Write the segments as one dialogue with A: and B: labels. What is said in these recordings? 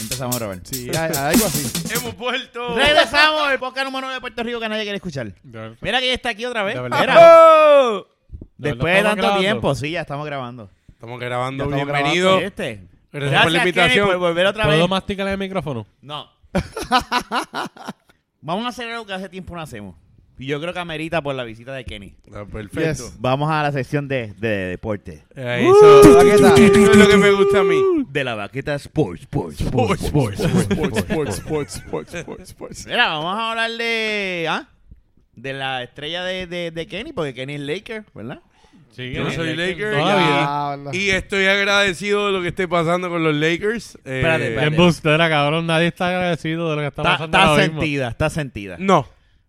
A: empezamos a grabar.
B: Sí, a- algo así.
C: Hemos vuelto.
A: Regresamos el podcast número uno de Puerto Rico que nadie quiere escuchar.
B: De verdad.
A: Mira que ya está aquí otra vez.
B: De verdad.
A: Mira,
B: De verdad
A: después de
B: estamos
A: tanto
B: grabando.
A: tiempo, sí, ya estamos grabando.
C: Estamos grabando.
B: Ya estamos
C: Bienvenido.
A: Este.
C: Gracias, por la invitación.
A: Kenny, por volver otra
B: ¿Puedo
A: vez.
B: masticar el micrófono?
A: No. Vamos a hacer algo que hace tiempo no hacemos. Y yo creo que amerita por la visita de Kenny.
C: Ah, perfecto.
B: Yes.
A: Vamos a la sección de, de deporte.
C: Eh, eso,
B: aquí está.
C: eso es lo que me gusta a mí.
A: De la vaqueta Sports, Sports,
C: Sports, sports, sports, sports,
A: Mira, vamos a hablar de. ¿ah? De la estrella de, de- de Kenny, porque Kenny es Laker, ¿verdad?
B: Sí,
C: Yo
B: eh.
C: soy Laker
B: Todavía.
C: y, y estoy agradecido de lo que esté pasando con los Lakers. Eh,
A: Espérate, espérate.
B: Embustera, cabrón. Nadie está agradecido de lo que está
A: Está,
B: pasando
A: está
B: ahora mismo.
A: sentida, está sentida.
C: No.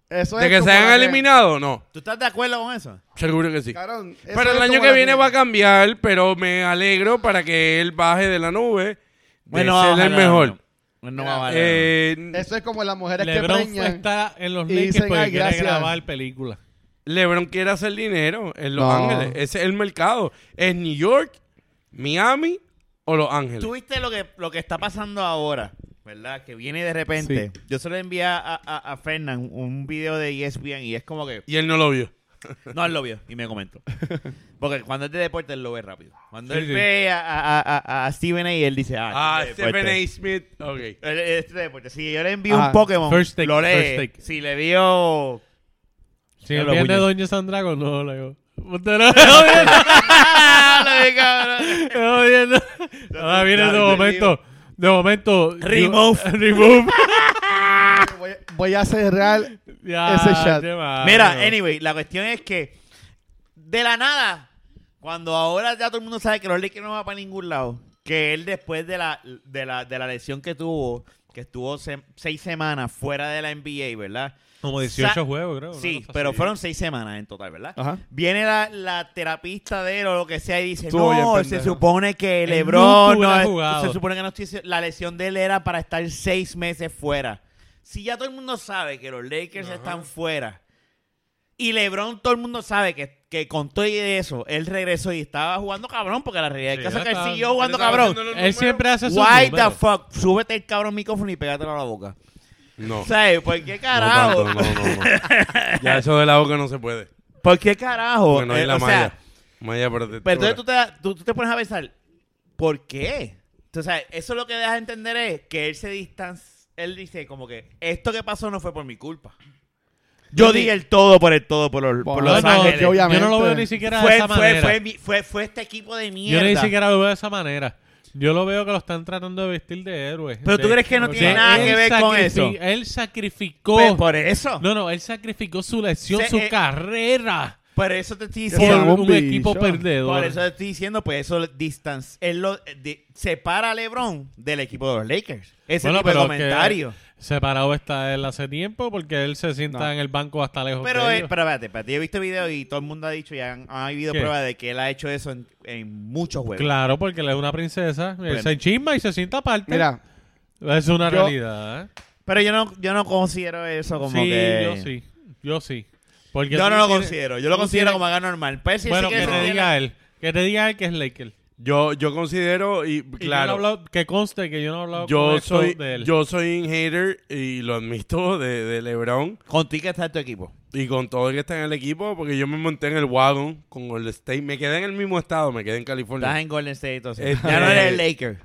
D: Eso
C: De
D: es
C: que
D: como
C: se
D: la
C: hayan eliminado, no.
A: ¿Tú estás de acuerdo con eso?
C: Seguro que sí.
D: Cabrón, eso
C: Pero
D: es
C: el año
D: como
C: que
D: la
C: viene va a cambiar, pero me alegro para que él baje de la nube. Bueno,
A: no,
C: ser el
A: ojalá,
C: mejor.
A: No, no va a valer.
C: Eh,
D: Eso es como las mujeres que
B: LeBron
D: preñan.
B: está en los
D: y
B: Lakers
D: dicen,
B: porque
D: "Ay,
B: quiere
D: gracias".
B: grabar películas.
C: LeBron quiere hacer dinero en Los
D: No.
C: Ángeles. Ese es el mercado. ¿Es New York, Miami o Los Ángeles?
A: Tú viste lo que, lo que está pasando ahora, ¿verdad? Que viene de repente. Yo se lo envié a, a, a Fernan un video de E ESPN y es como que.
C: Y él no lo vio.
A: No, él lo vio y me comentó. Porque cuando es de deporte, él lo ve rápido. Cuando
B: Sí,
A: él
B: sí.
A: ve a, a, a- a Steven A, él dice, ah,
C: Ah,
A: este
C: Stephen
A: deporte.
C: A. Smith. Ok.
A: Él- él- Este deporte. Si yo le envío
D: Ah,
A: un Pokémon,
B: first take,
A: lo lee.
B: first take.
A: Si le vio...
B: Si
A: Ya
B: el
A: lo
B: bien de
A: puñe.
B: Doña Sandrago, no, le digo. "Usted no está
A: ¡Ah, lo vi, cabrón!
B: viendo, está viendo". Ahora viene de
C: Ya,
B: momento. De momento. yo-
A: Remove.
B: Remove.
D: Voy, voy a cerrar.
B: Ya,
D: Ese chat.
B: qué malo.
A: Mira, anyway, la cuestión es que de la nada, cuando ahora ya todo el mundo sabe que los Lakers no va para ningún lado, que él después de la, de la, de la lesión que tuvo, que estuvo se- seis semanas fuera de la NBA, ¿verdad?
B: Como 18
A: Sa-
B: juegos, creo. una
A: Sí,
B: cosa
A: pero
B: así.
A: fueron seis semanas en total, ¿verdad?
D: Ajá.
A: Viene la, la terapista de él o lo que sea y dice,
D: Estuvo bien
A: no, se
D: pendejo".
A: supone que
B: Él
A: Lebron
B: nunca
A: no,
B: hubiera
A: es-
B: jugado.
A: se supone que no estoy- la lesión de él era para estar seis meses fuera. Si ya todo el mundo sabe que los Lakers están fuera y Lebron todo el mundo sabe que, que con todo y eso, él regresó y estaba jugando cabrón porque la realidad
B: Sí,
A: del caso es que él
B: está-
A: siguió jugando
C: Él estaba
A: cabrón.
C: haciendo los
B: Él
C: números.
B: siempre hace su.
A: Why the fuck? Súbete el cabrón micrófono y pégatelo a la boca.
C: No.
A: ¿Sabes? ¿Por qué
C: No,
A: carajo?
C: tanto, no, no, no. Ya eso de la boca no se puede.
A: ¿Por qué carajo?
C: Porque no hay
A: Eh,
C: la
A: o sea,
C: malla. Malla protectora.
A: pero entonces tú te, da- tú, tú te pones a pensar, ¿por qué? Entonces, eso lo que deja de entender es que él se distancia, él dice como que esto que pasó no fue por mi culpa. Yo di el todo por el todo por los, por
D: Bueno,
A: los
B: no,
A: Ángeles.
B: yo,
D: yo-
B: yo no lo veo
D: obviamente.
B: ni siquiera de
A: fue,
B: esa
A: fue,
B: manera.
A: fue, mi- fue, fue este equipo de
B: yo
A: mierda.
B: ni siquiera lo veo de esa manera. Yo lo veo que lo están tratando de vestir de héroe.
A: Pero tú
B: De-
A: crees que no
B: de-
A: tiene nada que
B: él
A: ver con
B: sacrifi-
A: eso.
B: Él sacrificó.
A: Pues por eso.
B: No, no, él sacrificó su lesión,
A: Se-
B: su
A: eh,
B: carrera
A: Por eso te estoy
B: por
D: sea,
A: diciendo.
B: un
D: un
B: equipo
D: bicho.
B: perdedor.
A: Por eso te estoy diciendo, pues eso distancia. Él lo eh, di- separa a LeBron del equipo de los Lakers. Ese
B: Bueno,
A: tipo de
B: pero
A: comentario.
B: que separado está él hace tiempo porque él se sienta
D: No.
B: en el banco hasta lejos.
A: Pero,
B: de
A: eh,
B: ellos.
A: pero espérate, espérate, yo he visto videos y todo el mundo ha dicho y han, ha habido
B: ¿Qué?
A: pruebas de que él ha hecho eso en, en muchos juegos.
B: Claro, porque él es una princesa.
A: Bueno.
B: Él se chisma y se sienta aparte.
D: Mira,
B: es una
D: yo-
B: realidad. ¿eh?
A: Pero yo no, yo no considero eso como
B: sí,
A: que...
B: yo sí. Yo sí. Porque
A: Yo
B: tú
A: no lo
B: tienes-
A: considero, yo lo
B: tú
A: considero
B: tienes-
A: como algo normal. Pues, sí,
B: Bueno,
A: sí
B: que
A: se
B: te
A: tiene-
B: diga él. Que te diga él que es Laker.
C: Yo, yo considero,
B: Y
C: y
B: yo no he
C: claro,
B: hablado- que conste que yo no he hablado con
C: yo
B: esto
C: soy,
B: de él.
C: yo soy un hater y lo admito de, de LeBron.
A: Contigo que está tu equipo.
C: Y con todo el que está en el equipo, porque yo me monté en el wagon con Golden State. Me quedé en el mismo estado, me quedé en
A: Estás
C: California.
A: en Golden State, entonces.
C: Este-
A: Ya no eres el Laker.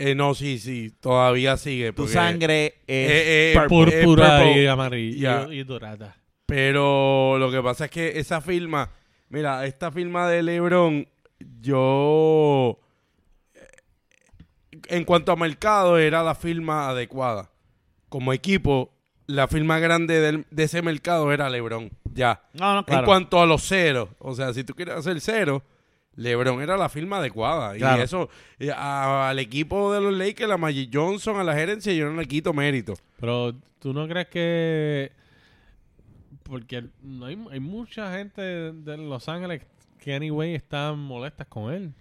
C: Eh, no, sí, sí, todavía sigue.
A: Tu
C: porque-
A: sangre es...
C: Eh, eh,
A: purple.
C: pur-
B: Púrpura
C: purple.
B: y amarilla
C: Ya.
B: y, y dorada.
C: Pero lo que pasa es que esa firma, mira, esta firma de LeBron, yo. eh, En cuanto a mercado, era la firma adecuada. Como equipo, la firma grande del- de ese mercado era LeBron. Ya.
A: No, no,
C: En
A: claro.
C: cuanto a los ceros, o sea, si tú quieres hacer cero, LeBron era la firma adecuada.
A: Claro.
C: Y eso, eh, a- al equipo de los Lakers, a Magic Johnson, a la gerencia, yo no le quito mérito.
B: Pero tú no crees que... Porque no hay, hay mucha gente de, de Los Ángeles que anyway están molestas con él.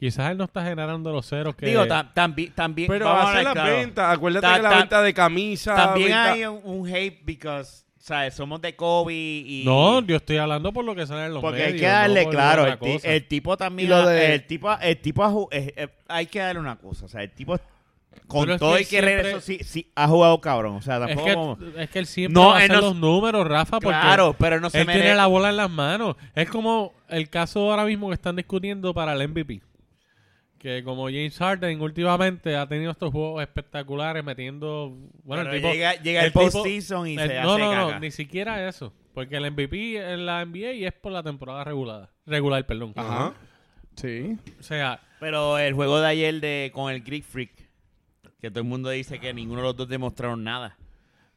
B: Quizás él no está generando los ceros que...
A: Digo, tam- tambi- también...
C: Pero
A: vamos a
C: hace
A: hablar
C: las
A: claro.
C: ventas, acuérdate
A: Ta-
C: que la
A: ta-
C: venta de camisas.
A: También
C: venta-
A: hay un, un hate because, ¿sabes? Somos de Kobe y...
B: No, yo estoy hablando por lo que sale en los
A: Porque
B: medios.
A: hay que darle
B: no por
A: claro,
B: otra
A: el, ti-
B: cosa.
A: el tipo también,
D: Y lo de-
A: el tipo, el tipo, ha ju- eh, eh, hay que darle una cosa, o sea, el tipo Con
B: Pero es
A: todo
B: que
A: y que
B: siempre-
A: regresó, sí, sí, ha jugado cabrón. O sea,
B: Es
A: tampoco como-
B: que, es que él siempre
A: No,
B: va a
A: él
B: hacer
A: no-
B: los números, Rafa, porque
A: Claro, pero no se
B: él tiene
A: merece.
B: la bola en las manos. Es como el caso ahora mismo que están discutiendo para el MVP. Que como James Harden últimamente ha tenido estos juegos espectaculares metiendo... Bueno,
A: Pero
B: el tipo,
A: llega, llega el,
B: el tipo-
A: postseason y
B: el-
A: se
B: no,
A: hace
B: no, no,
A: caca.
B: ni siquiera eso. Porque el MVP en la NBA y es por la temporada regular. Regular, perdón.
A: Ah.
C: Ajá.
D: Sí.
B: O sea,
A: Pero el juego de ayer de con el Greek Freak, que todo el mundo dice que ninguno de los dos demostraron nada.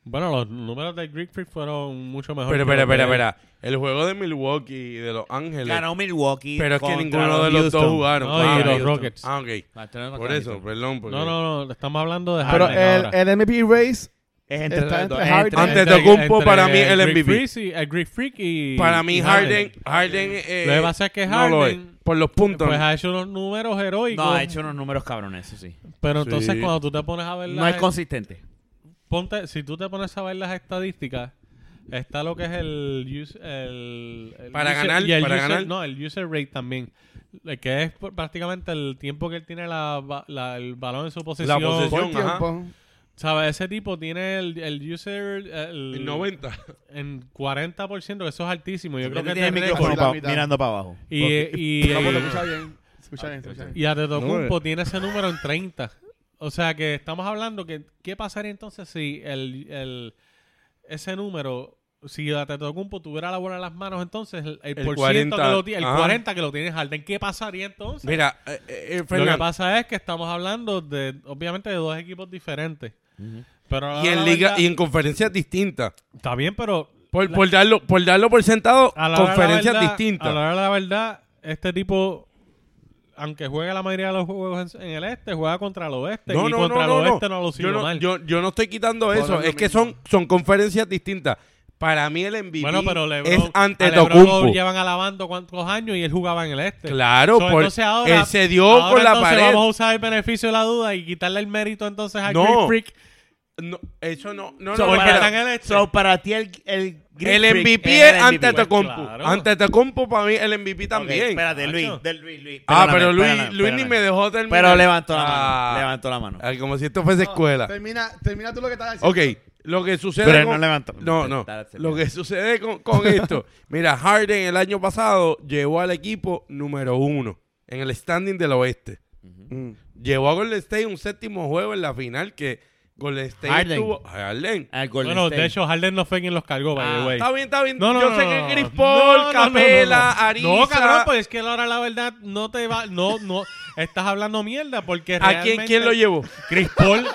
B: bueno, los números de Greek Freak fueron mucho mejor.
C: Pero,
B: que
C: espera,
B: los de
C: espera,
B: él.
C: espera. El juego de Milwaukee y de Los Ángeles.
A: Ganó Milwaukee.
C: pero es que
A: contra
C: ninguno de los dos
A: Houston.
C: jugaron.
B: No, y
C: Ah,
B: los
C: Houston.
B: Rockets.
C: Ah, ok.
A: Bastaron
C: Por
A: contra
C: eso,
A: Houston.
C: perdón. porque-
B: No, no, no, estamos hablando de
D: Ah, Pero
B: Harden Ah,
A: eh,
B: ahora.
D: el, el MVP race,
A: Es entre,
D: Está
A: los dos,
D: entre
A: es
D: Harden-
A: entre-
C: Antes de Ocumpo, para mí, el
B: Greek
C: MVP.
B: Freak y- el Greek Freak y.
C: Para mí,
B: y
C: Harden.
B: Pues
C: Harden eh,
B: Lo que pasa es que
C: no lo
B: Harden-
C: es. Por los puntos.
B: Pues ha hecho unos números heroicos.
A: No, ha hecho unos números cabrones, eso sí.
B: Pero entonces,
C: Sí.
B: cuando tú te pones a ver
A: No
B: las-
A: es consistente.
B: ponte- Si tú te pones a ver las estadísticas, está lo que es el. us- el, el
C: Para
B: user-
C: ganar,
B: y el
C: para
B: user-
C: ganar.
B: No, el user rate también. eh, Que es por- prácticamente el tiempo que él tiene la, ba- la- el balón en su posesión.
C: posesión.
D: buen
C: Ajá.
D: tiempo.
B: ¿Sabes? Ese tipo tiene el, el user. El,
C: El 90.
B: En 40%, que eso es altísimo. Yo creo que
A: Él
B: es
A: tiene
B: de
A: el
B: récord.
A: micrófono
D: la
A: pa-
D: mitad.
A: mirando para abajo.
B: Y, eh, y,
D: Vamos, lo
B: eh,
D: escucha bien. Escucha bien, escucha bien.
B: y Antetokounmpo
C: No, eh.
B: pues, tiene ese número en 30. O sea que estamos hablando que qué pasaría entonces si el, el- ese número si Antetokounmpo tuviera la bola en las manos entonces el, el
C: El
B: por ciento
C: 40,
B: que lo tiene, el
C: ajá.
B: 40 que lo tiene Harden, ¿qué pasaría entonces?
C: Mira, eh, eh,
B: lo que
C: Fernando,
B: pasa es que estamos hablando de obviamente de dos equipos diferentes. Pero ahora
C: y en
B: la
C: liga
B: verdad-
C: y en conferencias distintas.
B: está bien, pero
C: Por, por darlo, por darlo por sentado,
B: a la hora de la
C: conferencias
B: verdad-
C: distintas.
B: A la hora de la verdad, este tipo, aunque juega la mayoría de los juegos en, en el este, juega contra el oeste. y contra el oeste no, lo
C: yo,
B: sirve
C: no
B: mal.
C: yo, yo no estoy quitando
D: Todos
C: eso.
D: lo
C: Es que
D: mismo.
C: son, son conferencias distintas. Para mí el MVP
B: bueno, pero LeBron,
C: es
B: a
C: ante
B: LeBron
C: Tocumpo.
B: lo llevan alabando cuántos años y él jugaba en el este.
C: Claro,
B: So,
C: por-
B: entonces ahora,
C: él se dio
B: ahora
C: con la
B: entonces
C: pared.
B: Vamos a usar el beneficio de la duda y quitarle el mérito entonces a
C: No.
B: Greek Freak.
C: No, eso no, no,
A: So,
C: no.
A: para,
B: porque
C: espera.
B: están en el este.
A: so, para ti el, el, Greek
C: el
A: Freak
C: MVP es
A: el
C: ante
A: MVP.
C: Tocumpo.
B: claro.
C: Ante Tocumpo para mí el MVP
A: Ok,
C: también.
A: espérate,
B: Macho.
A: Luis, del Luis, Luis.
C: ah,
A: Espérame,
C: pero Luis,
A: espérame,
C: Luis ni
A: espérame.
C: me dejó terminar.
A: Pero levantó la
C: Ah.
A: mano. Levantó la mano.
C: Ay, como si esto fuese escuela.
D: Termina, termina tú lo que estás diciendo.
C: Ok, lo que sucede
A: Pero él
C: con...
A: no levantó.
C: No, no. Lo que sucede con, con esto. Mira, Harden el año pasado llevó al equipo número uno en el standing del oeste.
D: Mm.
C: Llevó a Golden State un séptimo juego en la final que Golden State
A: Harden.
C: tuvo... Harden.
A: Al Golden
B: Bueno, de
A: State.
B: hecho, Harden no fue quien los cargó, by the
C: Ah,
B: way.
C: está bien, está bien.
B: No, no,
C: Yo
B: no,
C: sé
B: no,
C: que
B: no.
C: Chris
B: No, no,
C: Paul,
B: no,
C: Capela,
B: no, no, no. No, cabrón,
C: Ariza-
B: pues es que ahora la verdad no te va. No, no. Estás hablando mierda porque.
C: ¿A quién,
B: realmente
C: quién lo llevó?
B: Chris Paul.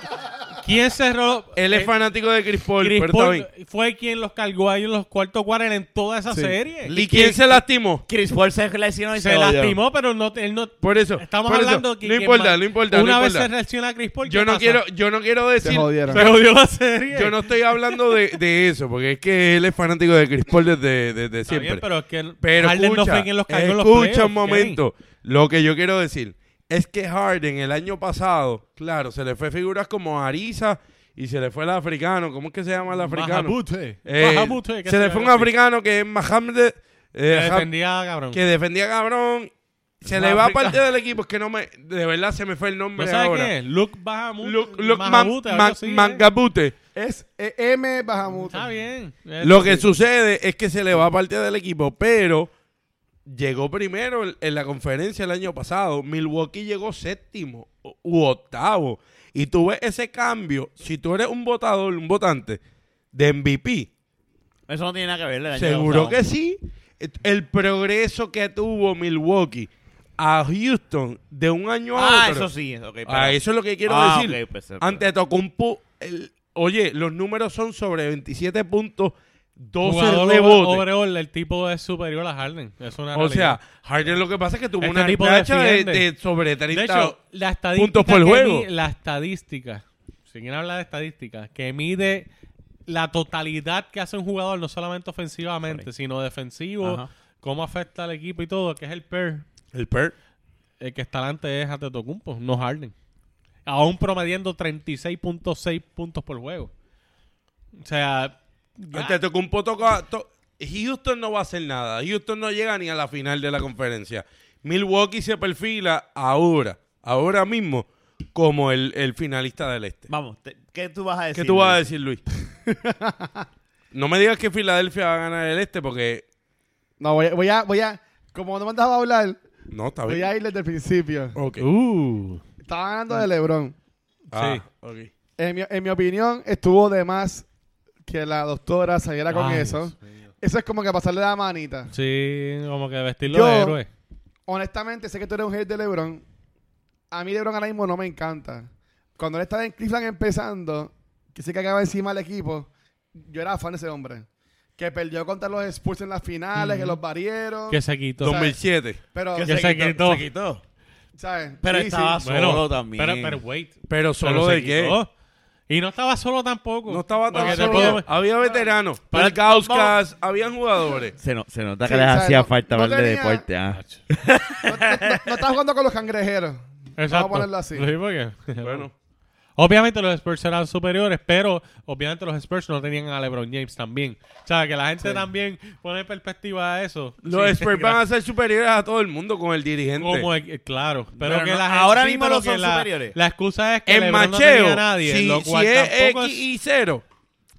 B: ¿Quién cerró?
C: Él es
B: eh,
C: fanático de Chris Paul,
B: Chris
C: pero está
B: Paul
C: bien.
B: fue quien los cargó ahí en los cuartos cuarenta en toda esa
D: Sí.
B: serie.
C: ¿Y quién se lastimó?
A: Chris Paul se lesionó y se,
B: se
A: jodió.
B: lastimó, pero no, él no.
C: Por eso.
B: Estamos
C: por eso.
B: hablando que.
C: No
B: que
C: importa,
B: ma-
C: no importa. no
B: Una vez
C: importa.
B: se reacciona a Chris Paul.
C: yo
B: ¿qué
C: no
B: pasa?
C: quiero yo no quiero decir
D: Se jodieron.
B: Se jodió la serie.
C: yo no estoy hablando de, de eso porque es que él es fanático de Chris Paul desde, desde
B: Está
C: siempre
B: bien, pero es que
C: pero
B: Harden
C: escucha,
B: no fue quien los cargó en los
C: escucha un
B: playoffs, Kevin.
C: momento. Lo que yo quiero decir es que Harden el año pasado, claro, se le fue figuras como Ariza y se le fue el africano. ¿Cómo es que se llama el africano?
B: Mahabute.
C: Eh,
B: Mahabute, que
C: se le fue un
B: llama así.
C: africano que es Mohamed,
B: Que
C: eh,
B: defendía, cabrón.
C: que defendía cabrón. Se
B: Más
C: le va a
B: africano.
C: parte del equipo. Es que no me, de verdad se me fue el
B: ¿No
C: nombre
B: sabes
C: ahora.
B: quién es? Luke Bahamut.
C: Luke- Luke Man-
B: Mahabute, algo
C: Man-
B: así, ¿eh?
C: Mangabute.
D: Es eh, M Bajamuto.
B: Está bien. Eh,
C: Lo que sucede es que se le va a parte del equipo, pero llegó primero en- en la conferencia el año pasado. Milwaukee llegó séptimo u- u octavo. Y tú ves ese cambio. Si tú eres un votador, un votante de MVP,
A: Eso no tiene nada que ver. le
C: seguro
A: dañó
C: que sí. Et- El progreso que tuvo Milwaukee a Houston de un año a
A: Ah,
C: otro.
A: eso sí. ok, pero-
C: a eso es lo que quiero
A: Ah,
C: decir.
A: ok, pues,
C: Ante Tocumpo, oye, los números son sobre 27 puntos, 12
B: jugador
C: rebotes.
B: overall, el tipo es superior a Harden. Es una
C: O sea,
B: realidad.
C: Harden lo que pasa es que tuvo
B: Este
C: una
B: tipo
C: racha de,
B: defiende.
C: de sobre
B: de
C: 30.
B: hecho, la estadística
C: puntos por
B: que
C: juego.
B: mi- la estadística, si quieren hablar de estadística, que mide la totalidad que hace un jugador, no solamente ofensivamente, sino defensivo,
A: Ajá.
B: cómo afecta al equipo y todo, que es el PER.
C: el PER.
B: El que está delante es Antetokounmpo, no Harden. Aún promediando 36.6 puntos por juego. O sea, ya.
C: Ante Tocumpo toca. to- Houston no va a hacer nada. Houston no llega ni a la final de la conferencia. Milwaukee se perfila ahora, ahora mismo, como el, el finalista del este.
A: Vamos, te- ¿qué tú vas a decir?
C: ¿Qué tú vas a
A: Luis?
C: decir, Luis? no me digas que Filadelfia va a ganar el este porque...
D: No, voy a, voy a, voy a- como no me han dejado hablar,
C: No, está
D: voy
C: bien.
D: a ir desde el principio.
C: Ok.
B: Uh.
D: Estaba ganando de LeBron.
C: Ah,
B: Sí.
C: ok.
D: En mi, en mi opinión, estuvo de más que la doctora saliera con
B: Ay,
D: eso.
B: Dios mío.
D: Eso es como que pasarle la manita.
B: Sí, como que vestirlo
D: Yo-
B: de héroe.
D: Honestamente, sé que tú eres un hate de LeBron. A mí LeBron ahora mismo no me encanta. Cuando él estaba en Cleveland empezando, que sí que acaba encima del equipo, yo era fan de ese hombre. Que perdió contra los Spurs en las finales, que los barrieron.
B: Que se quitó.
C: 2007.
D: pero,
B: que se quitó.
A: Se quitó.
D: ¿sabes?
A: Pero
D: Sí, sí.
A: estaba
B: Bueno,
A: solo también.
B: Pero, pero, wait.
C: Pero solo
B: Pero se
C: de qué?
B: quitó. Y no estaba solo tampoco.
C: No estaba tan
B: Porque Ah,
C: solo. Ah.
B: tampoco-
C: Había veteranos.
A: Para-
C: Pelkauskas, habían jugadores.
A: se, no- se nota que
D: Sí,
A: les
D: o sea,
A: hacía
D: no-
A: falta
D: no
A: hablar de
D: tenía-
A: deporte. ah.
D: No, no, no- no estás jugando con los cangrejeros.
B: Exacto.
D: Vamos a ponerlo así.
B: Sí, porque-
C: Bueno.
B: Obviamente los Spurs eran superiores, pero obviamente los Spurs no tenían a LeBron James también. O sea, que la gente también pone en perspectiva a eso.
C: Los
B: Sí,
C: Spurs van a ser superiores a todo el mundo con el dirigente.
B: como eh, claro, pero,
A: Pero
B: que
A: no-
B: la gente-
A: ahora
B: sí,
A: mismo
B: pero
A: no son
B: que la-
A: superiores.
B: La excusa es que
C: en
B: LeBron no
C: macheo,
B: tenía a nadie,
C: si,
B: lo cual
C: si es
B: tampoco
C: X
B: es-
C: y 0,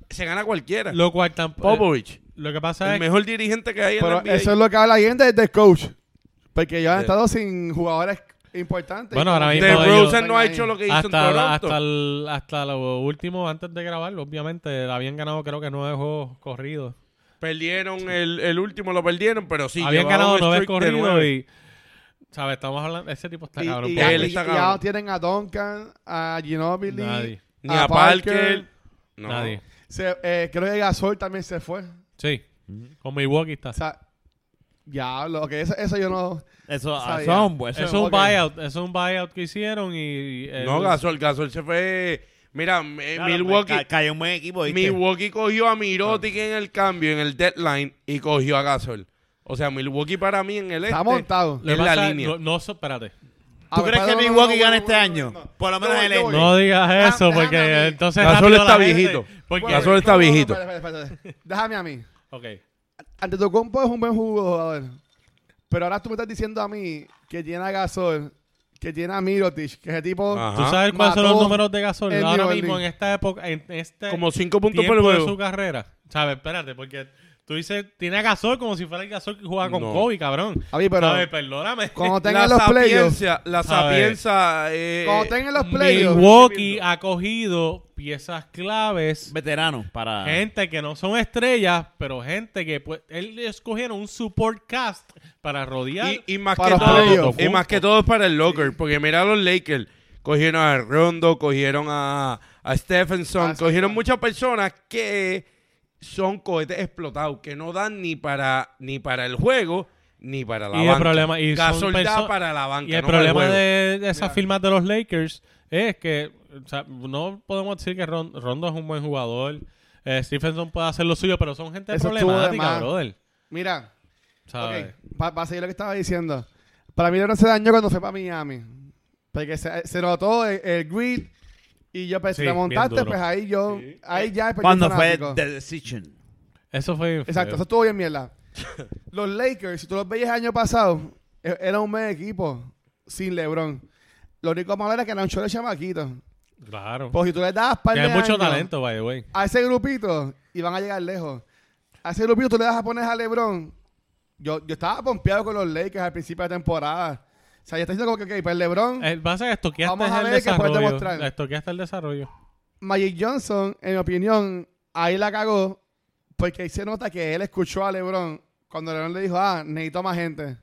C: se gana cualquiera.
B: lo cual tampoco
C: Popovich,
B: lo que pasa
C: el
B: es
C: mejor dirigente que hay en la
D: Pero
C: NBA.
D: eso es lo que habla bien desde el coach. Porque ellos han
C: Sí.
D: estado sin jugadores importantes.
B: Bueno, ahora
D: Como
B: mismo
C: De
B: ellos-
C: Rosen no ha hecho lo que hizo en
B: hasta,
C: Toronto.
B: hasta, el- hasta lo último, antes de grabarlo, obviamente, habían ganado creo que nueve juegos corridos.
C: Perdieron el, el último, lo perdieron, pero sí.
B: habían
C: llevaban
B: ganado
C: un
B: nueve
C: streak de
B: corridos
C: nueve.
B: y... ¿Sabes? Estamos hablando... Ese tipo está
D: Y,
B: cabrón.
D: y-
B: por
D: y-
C: Él
D: y
C: está
D: ya
C: cabrón.
D: no tienen a Duncan, a Ginobili,
B: Nadie.
C: Ni a Parker. No.
B: Nadie.
D: Se- eh, creo que Gasol también se fue.
B: Sí. Con Milwaukee está.
D: O sea, diablo, ok, eso, eso yo no.
A: Eso,
D: Sabía.
A: eso es un buen-
B: Eso
A: eso
B: es
A: es
B: un
D: ok.
B: buyout. Eso es un buyout que hicieron y... y el- pues,
C: No, Gasol, Gasol se fue. Mira, eh,
A: Claro,
C: Milwaukee,
A: ca- cayó un buen equipo. ¿viste?
C: Milwaukee cogió a Mirotic
D: Ah.
C: en el cambio, en el deadline, y cogió a Gasol. O sea, Milwaukee para mí en el este.
D: Está montado.
B: Lo que
C: es la
B: pasa-
C: línea.
B: No, no, so- espérate.
D: A
A: ¿Tú
D: ver,
A: crees que
D: espérate, no, no,
A: Milwaukee
D: no, no,
A: gana
D: no,
A: este
D: no,
A: año?
D: no.
A: Por lo menos
D: Yo voy,
A: el
D: yo
A: este.
D: voy.
B: No
C: Ah,
B: digas eso
D: Déjame-
B: porque
D: déjame a mí.
B: entonces...
C: Gasol
B: rápido
C: está
B: la gente-
C: viejito.
B: Porque...
D: Bueno,
C: Gasol está
D: no, no,
C: viejito.
D: espérate, espérate, espérate. Déjame a mí.
B: Ok.
D: Antetokounmpo es un buen jugador. Pero ahora tú me estás diciendo a mí que tiene a Gasol, que tiene a Mirotic, que ese tipo.
C: Ajá.
B: ¿Tú sabes cuáles son los
D: Mató
B: números de Gasol
D: en
B: ahora
D: New
B: mismo en
D: Orleans.
B: esta época? En este
C: Como cinco puntos por
B: tiempo de su
C: juego.
B: carrera. ¿Sabes? Espérate, porque tú dices, tiene a Gasol como si fuera el Gasol que jugaba con
C: No.
B: Kobe, cabrón.
D: A mí, pero-
B: ¿Sabes? Perdóname.
D: Cuando
C: La
D: tengan los playoffs.
C: sapiencia, la
B: ¿Sabes?
C: sapiencia. eh,
D: Cuando tengan los playoffs.
B: Milwaukee ha cogido piezas claves.
A: Veterano
C: Ah.
A: para.
B: Gente que no son estrellas, pero gente que pues, él escogieron un support cast para rodear.
C: Y, y más
D: Para
C: que
D: los
C: todo,
B: playoffs.
C: y más que todo es para el locker, porque mira los Lakers, cogieron a Rondo, cogieron a, a Stephenson,
D: Ah, sí,
C: cogieron
D: claro.
C: muchas personas que son cohetes explotados, que no dan ni para ni para el juego ni para la
B: Y el
C: banca.
B: problema- y son
C: Gasol
B: perso-
C: da para la banca,
B: Y el
C: no para el
B: problema
C: juego.
B: de, de esas
D: Mira.
B: firmas de los Lakers es que o sea, no podemos decir que Ron- Rondo es un buen jugador. Eh, Stephenson puede hacer lo suyo, pero son gente
D: Eso estuvo de
B: problemática,
D: más.
B: brother.
D: Mira,
B: ¿sabes?
D: para seguir lo que estaba diciendo. Para mí LeBron se dañó cuando fue para Miami. Porque se, se notó el, el grid y yo pensé,
B: Sí,
D: te montaste,
B: bien duro.
D: pues ahí yo, ahí ya desperté
A: Cuando fue
D: fanático.
A: The Decision.
B: Eso fue.
D: Exacto,
B: feo.
D: eso estuvo bien mierda. Los Lakers, si tú los veías el año pasado, e- era un mes equipo sin LeBron. Lo único malo era que eran chole chamaquitos.
B: Claro.
D: Porque si tú les dabas par
B: Que
D: de
B: hay mucho
D: años
B: talento, by the way.
D: a ese grupito y van a llegar lejos. A ese grupito tú le das a poner a LeBron. Yo, yo estaba pompeado con los Lakers al principio de temporada. O sea, yo estaba diciendo como que, ok, pues LeBron,
B: El, Eh, pasa que estoqueaste
D: Vamos a
B: el
D: ver qué puedes
B: desarrollo.
D: demostrar.
B: Estoqueaste el desarrollo.
D: Magic Johnson, en mi opinión, ahí la cagó. Porque ahí se nota que él escuchó a LeBron cuando LeBron le dijo, ah, necesito más gente.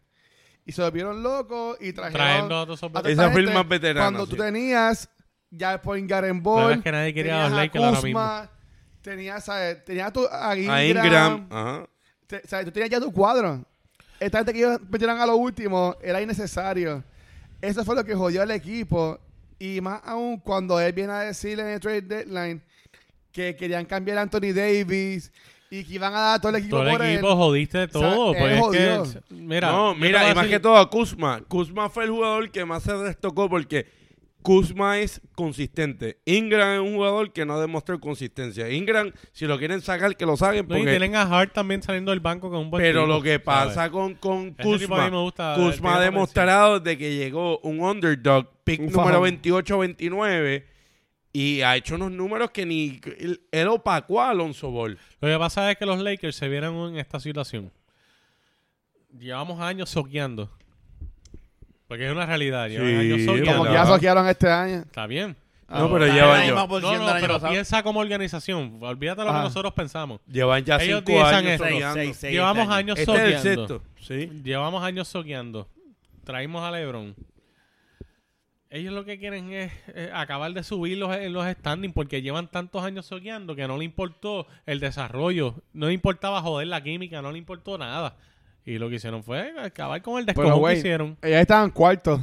D: Y se volvieron locos y trajeron...
B: Trayendo a todos esos.
D: a toda
C: Esa
D: esta
C: firma
D: gente.
C: es veterana,
D: Cuando
C: sí.
D: tú tenías ya el point guard en ball,
B: Pero es que nadie quería a los
D: tenías
B: Lakers ahora mismo.
D: Kuzma, Tenías a, tenías tu, a Ingram.
C: A Ingram, ajá.
D: Te- o sea, tú tenías ya tu cuadro. Esta gente que ellos metieron a lo último era innecesario. Eso fue lo que jodió al equipo. Y más aún cuando él viene a decirle en el trade deadline que querían cambiar a Anthony Davis y que iban a dar todo el equipo
B: Todo el
D: por él.
B: equipo jodiste de todo.
D: O sea,
B: pues
D: él
B: es que-
D: jodió.
B: mira,
C: no,
B: yo te
C: mira,
B: voy a
C: y más
B: decir-
C: que todo a Kuzma. Kuzma fue el jugador que más se destacó porque Kuzma es consistente. Ingram es un jugador que no ha demostrado consistencia. Ingram, si lo quieren sacar, que lo saquen.
B: No, y
C: porque-
B: tienen a Hart también saliendo del banco con un buen
C: pero
B: tiro,
C: lo que
B: ¿sabes?
C: pasa con, con
B: Ese tipo a mí me
C: Kuzma,
B: gusta, tiene
C: Kuzma ha
B: potencial.
C: demostrado de que llegó un underdog, pick
D: Un
C: número
D: fajón.
C: 28-29, y ha hecho unos números que ni él, él opacó a Alonso Ball.
B: Lo que pasa es que los Lakers se vieron en esta situación. Llevamos años soqueando. Porque es una realidad. Llevan
C: Sí,
B: años
D: Como
B: soqueando.
D: que ya soquearon este año.
B: Está bien.
D: Ah,
C: no, pero
A: Está en
C: llevan,
A: la misma
C: ya-
A: posición
B: No, no,
A: del año
B: pero
A: pasado.
B: piensa como organización. Olvídate lo que
D: Ajá.
B: nosotros pensamos.
C: llevan ya
B: Ellos
C: cinco
B: piensan
C: años
B: eso.
A: Seis,
C: soñando.
A: seis, seis,
B: Llevamos
A: este año.
B: años
C: Este es el
B: soqueando.
C: sexto, sí.
B: Llevamos años soqueando. Traímos a LeBron. Ellos lo que quieren es eh, acabar de subir los, en los standings porque llevan tantos años soqueando que no le importó el desarrollo. No le importaba joder la química, no le importó nada. Y lo que hicieron fue acabar con el
D: Pero,
B: descojón que
D: güey,
B: hicieron.
D: ellos estaban cuartos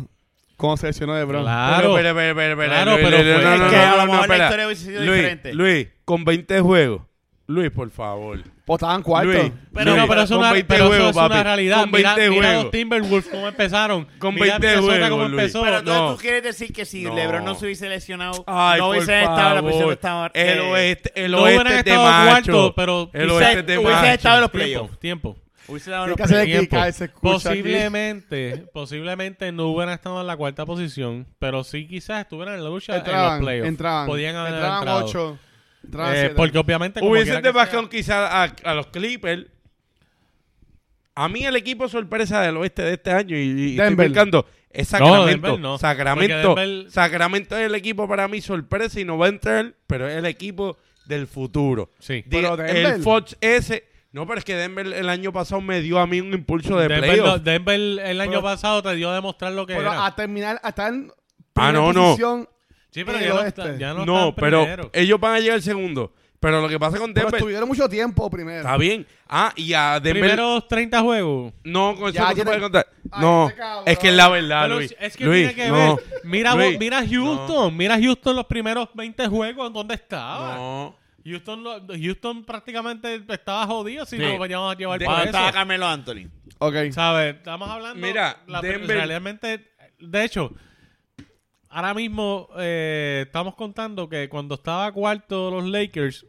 D: cuando se lesionó de Bron.
B: Claro.
C: Pero, pero, pero, pero,
B: Claro,
C: Luis,
B: pero
C: Luis,
B: fue-
C: no,
B: Es
C: no,
A: que
C: no,
A: a lo
C: no,
A: mejor la
C: espera.
A: historia hubiese sido
C: Luis,
A: diferente.
C: Luis, con 20 juegos. Luis, por favor.
D: Pues estaban cuartos.
C: Luis,
B: Pero,
C: Luis,
B: no, pero eso, es
C: con
B: una-
C: 20
B: pero eso
C: juegos,
B: es una
C: papi,
B: realidad.
C: Con 20
B: mira, mira los
C: juegos.
B: Timberwolves cómo empezaron.
C: Con
B: Mira
C: 20
B: Minnesota
C: juegos,
B: cómo
C: Luis.
B: empezó.
A: Pero entonces
C: No.
A: tú quieres decir que si
C: No.
A: LeBron no se hubiese lesionado,
C: Ay,
A: no
C: por
A: hubiese estado en la
C: favor.
A: posición que estaba.
C: El
A: eh,
C: oeste, el
B: no hubieran
C: oeste es de
B: estado
C: macho.
B: cuarto, pero
C: el
B: quizás
C: oeste es de
A: hubiese
C: macho.
A: estado en los
B: Tiempo,
A: playoffs.
B: tiempo.
A: Hubiese dado
D: Hay
A: los
D: que hacer
A: playoffs.
D: que
B: tiempo.
D: cae, se escucha aquí.
B: pues, Posiblemente, posiblemente no hubieran estado en la cuarta posición, pero sí quizás estuvieran en la lucha en los
D: Entraban,
B: playoffs.
D: entraban.
B: Podían haber
D: entraban
B: entrado.
D: ocho. Entraban
B: Eh,
D: siete.
B: porque obviamente como
C: Hubiesen
B: quiera que
C: debacado quizás a, a los Clippers. A mí el equipo sorpresa del oeste de este año y, y estoy
D: Denver.
C: brincando, es
B: No, Denver
C: Sacramento.
B: no,
C: Sacramento,
B: porque Denver-
C: Sacramento es el equipo para mí sorpresa y no va a entrar, pero es el equipo del futuro.
B: Sí.
D: Pero
C: Di-
D: Denver.
C: El Fox S. No, pero es que Denver el año pasado me dio a mí un impulso de
B: Denver,
C: playoff.
B: no- Denver el año
D: Pero-
B: pasado te dio a demostrar lo que
D: Pero
B: era.
D: a terminar, a estar en
C: Ah, no, no.
D: primera posición,
B: sí, pero
D: el
B: ya no,
D: oeste.
B: está- ya no
C: No,
B: están
C: pero eh,
B: primero.
C: ellos van a llegar segundo. Pero lo que pasa con
D: Pero
C: Denver.
D: estuvieron mucho tiempo primero.
C: Está bien. Ah, y a Denver.
B: Primeros 30 juegos.
C: No, con eso
D: Ya,
C: no se
D: ya
C: puede
D: te-
C: contar.
D: Ay,
C: No,
D: ese cabrón.
C: es que es la verdad,
B: Pero
C: Ah, Luis.
B: es que tiene
C: Luis,
B: que
C: no.
B: ver. Mira, vos-
C: Luis,
B: mira Houston. Mira Houston los primeros 20 juegos. ¿Dónde estaba?
C: No.
B: Houston, lo- Houston prácticamente estaba jodido si
A: Sí.
B: lo veníamos a llevar
A: Cuando
C: Ah,
B: para
A: estaba
B: eso.
A: Carmelo Anthony.
D: Ok.
B: ¿Sabes? Estamos hablando.
C: Mira,
B: la-
C: Denver-
B: realmente. De hecho, ahora mismo eh, estamos contando que cuando estaba cuarto los Lakers,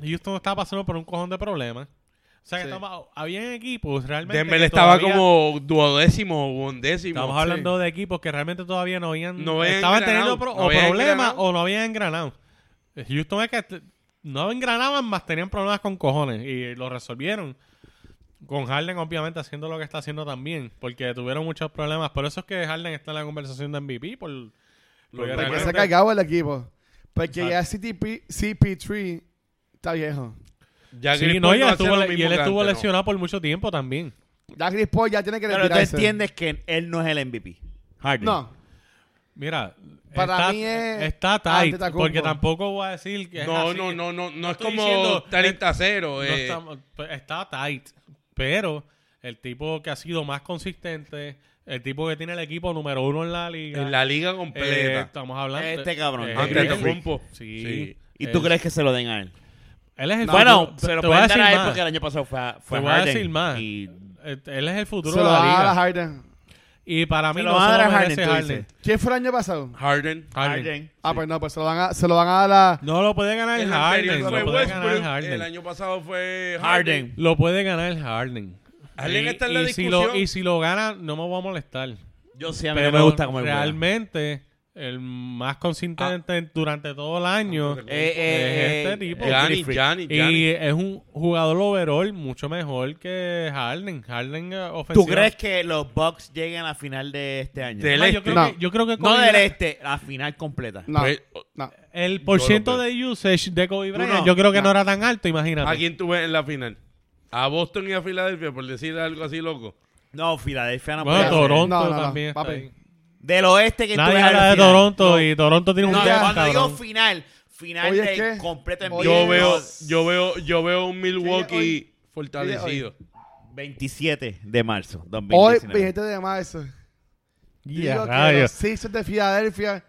B: Houston estaba pasando por un cojón de problemas. O sea, que
D: Sí.
B: estamos, habían equipos realmente.
C: Denver
B: que
C: estaba
B: todavía-
C: como duodécimo o undécimo.
B: Estamos hablando de equipos que realmente todavía no habían.
C: No habían
B: estaban
C: engranado,
B: teniendo pro- o
C: no habían
B: problemas
C: engranado.
B: o no habían engranado. Eh, Houston es que t- no engranaban, más tenían problemas con cojones. Y lo resolvieron. Con Harden, obviamente, haciendo lo que está haciendo también. Porque tuvieron muchos problemas. Por eso es que Harden está en la conversación de MVP. Por, porque
D: Porque se ha
B: realmente-
D: cargado el equipo. Porque
B: Exacto.
D: ya CTP, CP3 está viejo.
C: Ya
B: Sí,
C: Chris
B: no,
C: Paul
B: y, él
C: hace
B: estuvo,
C: lo
B: le- y
C: mismo
B: él
C: que
B: estuvo
C: antes,
B: lesionado por mucho tiempo también.
D: Ya Chris Paul ya tiene que
A: Pero tú
D: retirarse.
A: entiendes que él no es el MVP. Harden.
D: No.
B: Mira,
D: Para
B: está, eh,
D: mí es pues.
B: está tight.
D: Antetokounmpo.
B: Porque tampoco voy a decir que.
C: No,
B: es
C: no,
B: así.
C: no, no, no, no es
B: estoy
C: como
B: diciendo- eh,
C: 30 0.
B: No estamos- pues, está tight, pero el tipo que ha sido más consistente, el tipo que tiene el equipo número uno en la liga.
C: en la liga
B: eh,
C: completa.
B: estamos hablando.
A: Este cabrón,
C: Ante
A: eh,
C: Tocumpo.
B: sí.
A: ¿Y tú
B: Él-
A: crees que se lo den a él?
B: Él es el
A: Bueno,
B: futuro.
A: se lo
B: Eh. Te voy
A: pueden dar a
B: decir
A: él
B: más.
A: porque el año pasado fue, a- fue
B: Te
A: a
B: voy a
A: Harden
B: decir más.
A: Y
B: Eh, Él es el futuro
D: Se lo
B: de la
D: va a
B: liga.
D: dar a Harden.
B: Y para mí
A: Se
B: no
A: lo va a
B: se
A: dar
B: lo
A: a
B: merece
A: Harden, tú
B: Harden.
D: ¿Quién fue el año pasado?
C: Harden.
B: Harden.
A: Harden.
D: Ah, pues no, pues se lo van a, se lo van a dar a...
B: No lo puede ganar
C: El
B: Harden.
C: anterior
B: Lo
C: fue
B: puede ganar
C: Westbrook. El
B: Harden.
C: año pasado fue Harden.
A: Harden.
B: Lo puede ganar Harden.
C: Harden
B: Y-
C: está en la
B: y si lo-
C: discusión.
B: y si lo gana, no me voy a molestar.
A: Yo sí, a mí
B: Pero
A: no me gusta como él juega.
B: realmente el más consistente durante todo el año
A: Eh, eh,
B: es
A: eh,
B: este tipo.
A: eh,
C: Giannis,
A: Griffin.
C: Giannis, Giannis.
B: y es un jugador overall mucho mejor que Harden. Harden eh, ofensivo.
A: ¿Tú crees que los Bucks lleguen a la final de este año?
C: Del-
B: Ah, yo,
C: este?
B: creo
D: No.
B: que, yo creo que
A: no
B: Kobe
A: del
B: Bryant-
A: este, la final completa.
D: No,
C: Pues,
D: no.
B: el porciento
C: Yo lo
B: de usage de Kobe Bryant
A: no.
B: yo creo que no.
D: No.
B: era tan alto, imagínate.
C: ¿A quién tuve en la final? A Boston y a Filadelfia, por decir algo así loco.
A: No, Filadelfia no
B: bueno,
A: puede ser.
B: Toronto
D: No, no, no,
B: también. está
D: papi.
B: ahí.
A: Del oeste que
B: Nadie
A: tú
B: habla de Toronto y Toronto tiene un
A: No,
D: Ya.
B: gran
A: cuando digo
B: cabrón.
A: final, final
D: Oye,
A: de
D: ¿qué?
A: completo en
D: Oye,
A: vivo.
C: Yo veo,
A: No,
C: yo veo, yo veo un
D: Oye,
C: Milwaukee
D: hoy-
C: fortalecido.
A: 27 de marzo
D: Hoy,
A: 2019.
D: 27 de marzo,
B: Y a
D: digo que
B: rayos.
D: los Sixers de Filadelfia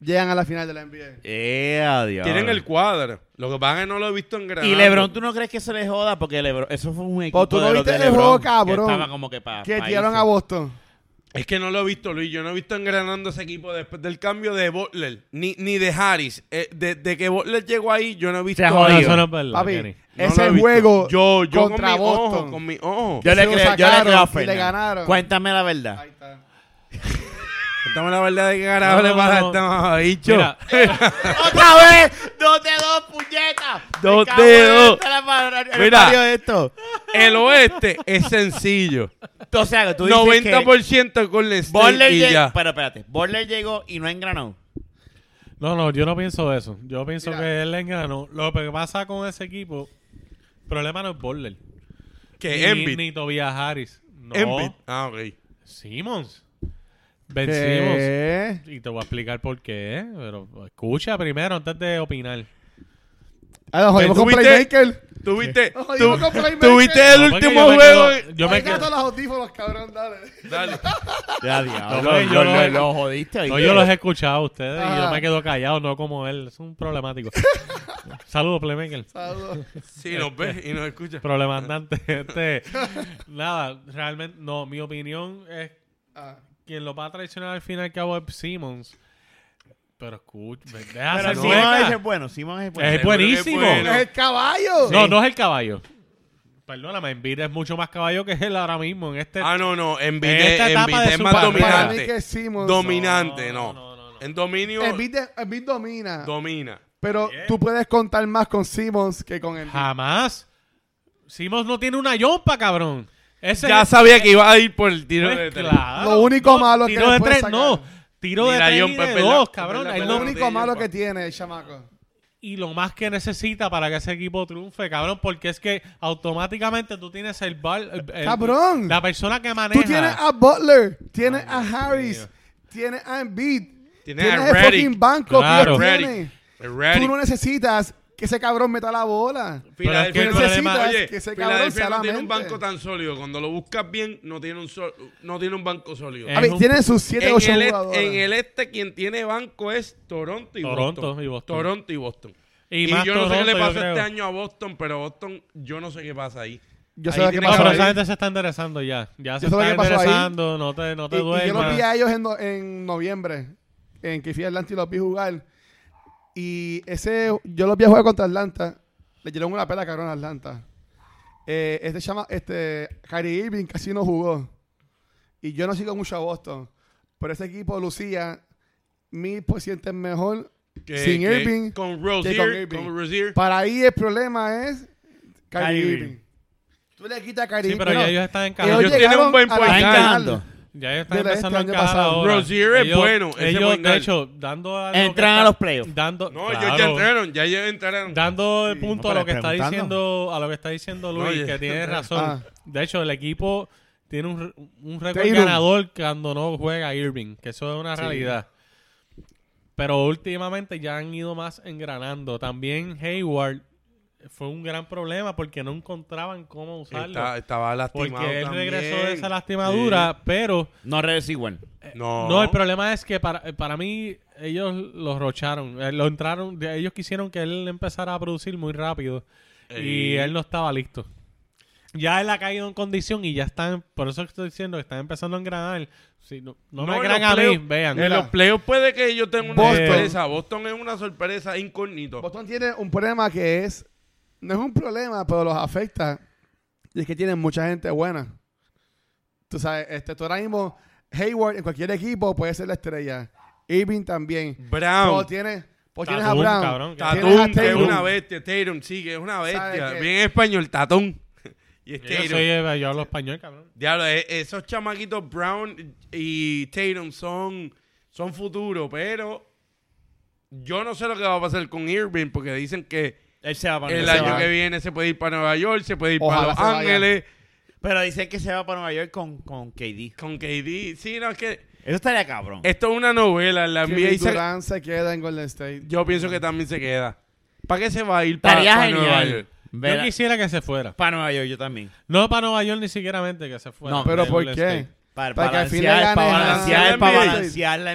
D: llegan a la final de la NBA.
A: Eh, adiós.
C: Tienen el cuadro. Lo que pasa es que no lo he visto en Granada.
A: Y LeBron, ¿tú no crees que se le joda? Porque LeBron, eso fue un equipo
D: tú no
A: de los
D: viste
A: de
D: el
A: LeBron,
D: juego,
A: que
D: cabrón,
A: estaba como que pa-
D: Que
A: pa'
D: tiraron
A: irse.
D: a Boston.
C: Es que no lo he visto, Luis. Yo no he visto engranando ese equipo después del cambio de Butler, ni, ni de Harris. Eh, de, de que Butler llegó ahí, yo no he visto.
A: Se
B: No,
A: jodió.
B: eso no es verdad,
D: Papi,
B: Kenny.
C: No
D: ese
C: lo he visto.
D: juego
C: yo, yo
D: contra
C: con mi ojo,
D: Boston.
C: con mi ojo.
A: Yo
D: Se
A: le
D: lo
A: creo, yo le
D: sacaron
A: creo a
D: y le
A: Fernan.
D: ganaron.
A: Cuéntame la verdad.
D: Ahí está.
C: Cuéntame la verdad de que carajo
B: No,
C: le
B: no,
C: pasa a
B: no.
C: este mamabicho.
B: Mira,
A: ¡Otra vez! ¡Dos de dos, puñetas!
C: Dos
A: Me cago
C: de
A: en
C: dos.
A: esta, la madre, el
C: Mira.
A: barrio de esto.
C: El oeste es sencillo.
A: O sea, tú dices que
C: 90% con Golden State
A: Butler
C: y
A: llegó...
C: ya.
A: Pero espérate, Borler llegó y no engranó.
B: no, no, yo no pienso eso. Yo pienso
D: Mira.
B: que él le enganó. Lo que pasa con ese equipo, el problema no es Butler.
C: Que
B: ni,
C: Embiid.
B: ni Tobias Harris. No.
C: Embiid. Ah, ok.
B: Simmons. Ben Simmons.
D: ¿Qué?
B: Y te voy a explicar por qué, ¿eh? pero escucha primero antes de opinar.
D: Ah, nos jodimos
C: ¿Tú
D: con
C: viste?
D: Playmaker.
C: ¿Tuviste,
D: Nos jodimos
C: tu-
D: con Playmaker.
C: tuviste el
B: No, porque
C: último
B: yo me
C: juego?
B: quedo- yo me
D: Ahí está
B: quedo-
D: todos los audífonos, cabrón, dale.
C: Dale.
A: Ya, diablo.
B: No, yo
A: lo,
B: no-
A: lo jodiste.
B: No,
A: ¿oíste?
B: yo los he escuchado a ustedes y
D: Ajá.
B: yo me quedo callado, no como él. Es un problemático. Saludos, Playmaker.
D: Saludos.
C: Sí, nos ves y nos escuchas.
B: Problematante. Este, nada, realmente, no, mi opinión es
D: Ah.
B: quien lo va a traicionar al fin y al cabo es Simmons. Pero escucha, me- deja
A: Pero
B: ser
C: no.
A: Simon
B: hueca.
A: es bueno, Simon es bueno.
B: Es buenísimo.
C: Seguro que es
D: ¡Es
C: bueno.
D: el caballo!
B: No, no es el caballo. Perdóname, Envid es mucho más caballo que él ahora mismo en este
C: Ah, no, no. En
B: En esta etapa de
C: es
B: su
C: más
B: carrera.
D: Para mí
C: dominante.
D: que Simmons.
C: Dominante,
B: No, no,
C: no.
B: no, no.
C: En dominio,
D: Embiid de- Embiid domina.
C: domina.
D: pero tú puedes contar más con Simmons que con Embiid.
B: Jamás. Simons no tiene una yompa, cabrón. Ese
C: Ya
B: es-
C: sabía que iba a ir por el tiro
B: pues,
C: de tres.
B: claro.
D: Lo único
B: No,
D: malo es que
B: tiro
D: le
B: de
D: puede
B: tres,
D: sacar.
B: no. Tiro
C: Ni
B: de
C: la
B: tres
C: yompa,
B: ni
C: es
B: de
C: verdad,
B: dos,
C: es
B: cabrón.
C: verdad,
B: Él
C: es
B: no-
D: Lo
C: verdad.
D: único
C: Rodillo,
D: malo
C: pa.
D: que tiene el chamaco.
B: y lo más que necesita para que ese equipo triunfe, cabrón, porque es que automáticamente tú tienes el bar... el- el-
D: Cabrón.
B: La persona que maneja...
D: Tú tienes a Butler, tienes a
B: mío.
D: Harris, tienes a Embiid,
C: Tienes
D: tienes,
C: a
D: el
C: Reddick.
D: fucking banco
B: Claro.
D: que ellos
C: Ready.
D: tienen.
C: Ready.
D: Tú no necesitas que ese cabrón meta la bola.
B: Pero es que
C: Filadelfia
B: el
C: no-
B: problema-
C: Oye,
D: que ese cabrón
C: Filadelfia
D: sea
C: no
D: la
C: tiene un
D: mente.
C: banco tan sólido. Cuando lo buscas bien, no tiene un, sol- no tiene un banco sólido.
B: Eh,
D: A
B: Es
D: ver,
B: un-
D: tienen sus 7
C: en,
D: 8
C: el
D: jugadores.
C: este, en el este, quien tiene banco es Toronto y
B: Toronto
C: Boston.
B: y Boston.
C: Toronto y Boston.
B: Y
C: Y,
B: más
C: yo no sé qué
B: Toronto,
C: le
B: yo
C: pasó este
B: creo.
C: año a Boston, pero Boston, yo no sé qué pasa ahí.
D: Yo sé
C: Ahí
D: lo que
C: tiene
B: No,
D: pasó
B: pero
D: ahí.
B: esa gente se está enderezando ya. Ya se
D: Yo sé lo
B: está
D: que pasó ahí.
B: enderezando, no te, no te
D: Y- y yo los vi
B: duermas.
D: a ellos en, no- en noviembre, en que fui a Atlanta y los vi jugar. Y ese, yo los vi jugar contra Atlanta. Le dieron una pela cabrón a Atlanta. Eh, este chama, este, Kyrie Irving casi no jugó. Y yo no sigo mucho a Boston. Pero ese equipo lucía mil por ciento mejor.
C: Que-
D: Sin
C: que-
D: Irving,
C: Con
D: que con
C: Rozier.
D: Irving.
C: Con Rozier.
D: Para ahí el problema es Kyrie
A: Kyrie
D: Irving.
A: Irving.
D: Tú le quitas a Kyrie
B: Sí, pero
D: no.
B: ya ellos están
D: Ellos
B: encajando.
C: tienen
D: llegaron
C: un buen
D: a la
C: point
A: Está
D: final.
C: guard.
A: encajando.
B: Ya ellos están
D: Del este
B: empezando a
D: año
B: encajar
D: pasado.
B: ahora.
C: Rozier es
B: Ellos-
C: bueno, ese point
B: Ellos,
C: guard.
B: de hecho, dando a lo que
A: Entran a
B: está-
A: los playoffs.
B: Dando,
C: No,
B: claro.
C: ellos ya entraron. Ya ellos entraron.
B: dando el punto
A: no,
B: a
A: pero
B: lo que está
A: preguntando.
B: diciendo a lo que está diciendo
C: No,
B: Luis
C: ya-
B: que tiene razón
D: Ah.
B: de hecho el equipo tiene un, r- un récord
D: Tatum.
B: ganador cuando no juega Irving que eso es una realidad pero últimamente ya han ido más engranando también Hayward fue un gran problema porque no encontraban cómo usarlo
C: Está- estaba
B: porque
C: lastimado
B: él
C: también.
B: regresó de esa lastimadura pero
A: No regresa igual.
C: Sí. Eh, No.
B: no, el problema es que para, eh, para mí ellos lo rocharon, eh, lo entraron, de- ellos quisieron que él empezara a producir muy rápido y
C: Ey.
B: él no estaba listo. Ya él ha caído en condición y ya están, por eso estoy diciendo que están empezando a engranar. Si no, no me
C: en
B: crean
C: los
B: a mí,
C: playoffs-
B: vean.
D: en
C: En los playoffs puede que ellos tengan una
D: Boston.
C: sorpresa. Boston es una sorpresa incógnito.
D: Boston tiene un problema que es, no es un problema, pero los afecta. Y es que tienen mucha gente buena. Tú sabes, este, tú ahora mismo, Hayward en cualquier equipo puede ser la estrella. Irving también. Pero
C: Brown.
D: tienes, pues
B: Tatum,
D: tienes a Brown.
B: cabrón, que-
D: tienes a
C: Tatum, que es
D: Tatum.
C: una bestia. Tatum, sí, que es una bestia.
D: ¿Sabe qué?
C: Bien español, Tatum. y es
B: Yo, soy,
C: Tatum.
B: eh, yo hablo español, cabrón.
C: Diablo, e- esos chamaquitos Brown y Tatum son, son futuro, pero yo no sé lo que va a pasar con Irving porque dicen que
A: Él se va para
C: el
A: Nueva
C: año
A: York.
C: que viene se puede ir para Nueva York, se puede ir
D: Ojalá se
C: para Los
D: vaya.
C: Ángeles,
A: Pero dicen que se va para Nueva York con, con KD.
C: con KD. Sí, no, es que
A: Eso estaría cabrón.
C: esto es una novela. La
D: Kevin
C: NBA se-
D: Durant se queda en Golden State.
C: yo pienso que también se queda. ¿Para qué se va a ir para,
A: Estaría
C: para Nueva
A: genial.
C: York?
A: Ver
B: Yo
A: a-
B: quisiera que se fuera.
A: Para Nueva York, yo también.
B: No para Nueva York ni siquiera mente que se fuera.
A: No,
D: pero
B: de
D: ¿por
B: Golden
D: qué?
B: State.
A: Para,
D: Para que al fin le
A: balancear, para
D: gane la-
A: balancear,
C: la
A: para
C: NBA.
A: balancear la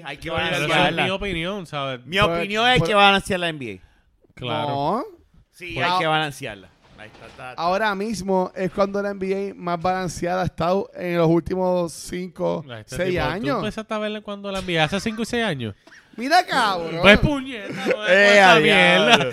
A: NBA. Hay que
B: Yo- esa es mi
A: balancearla.
B: opinión, ¿sabes?
A: Mi
D: Pues-
A: opinión es
D: pues-
A: que balancear la NBA.
B: Claro.
D: No.
A: Sí,
D: Pues-
A: hay que balancearla. Ahí está, está-
D: Ahora mismo es cuando la NBA más balanceada ha estado en los últimos 5,
B: Este
D: 6
B: tipo, ¿Tú
D: años.
B: empezaste a verla cuando la envié hace 5 y 6 años?
D: Mira, cabrón.
B: Pues puñeta, no, con
A: Oh. ¡Eh,
B: esa
A: a
B: mierda.
A: diablo!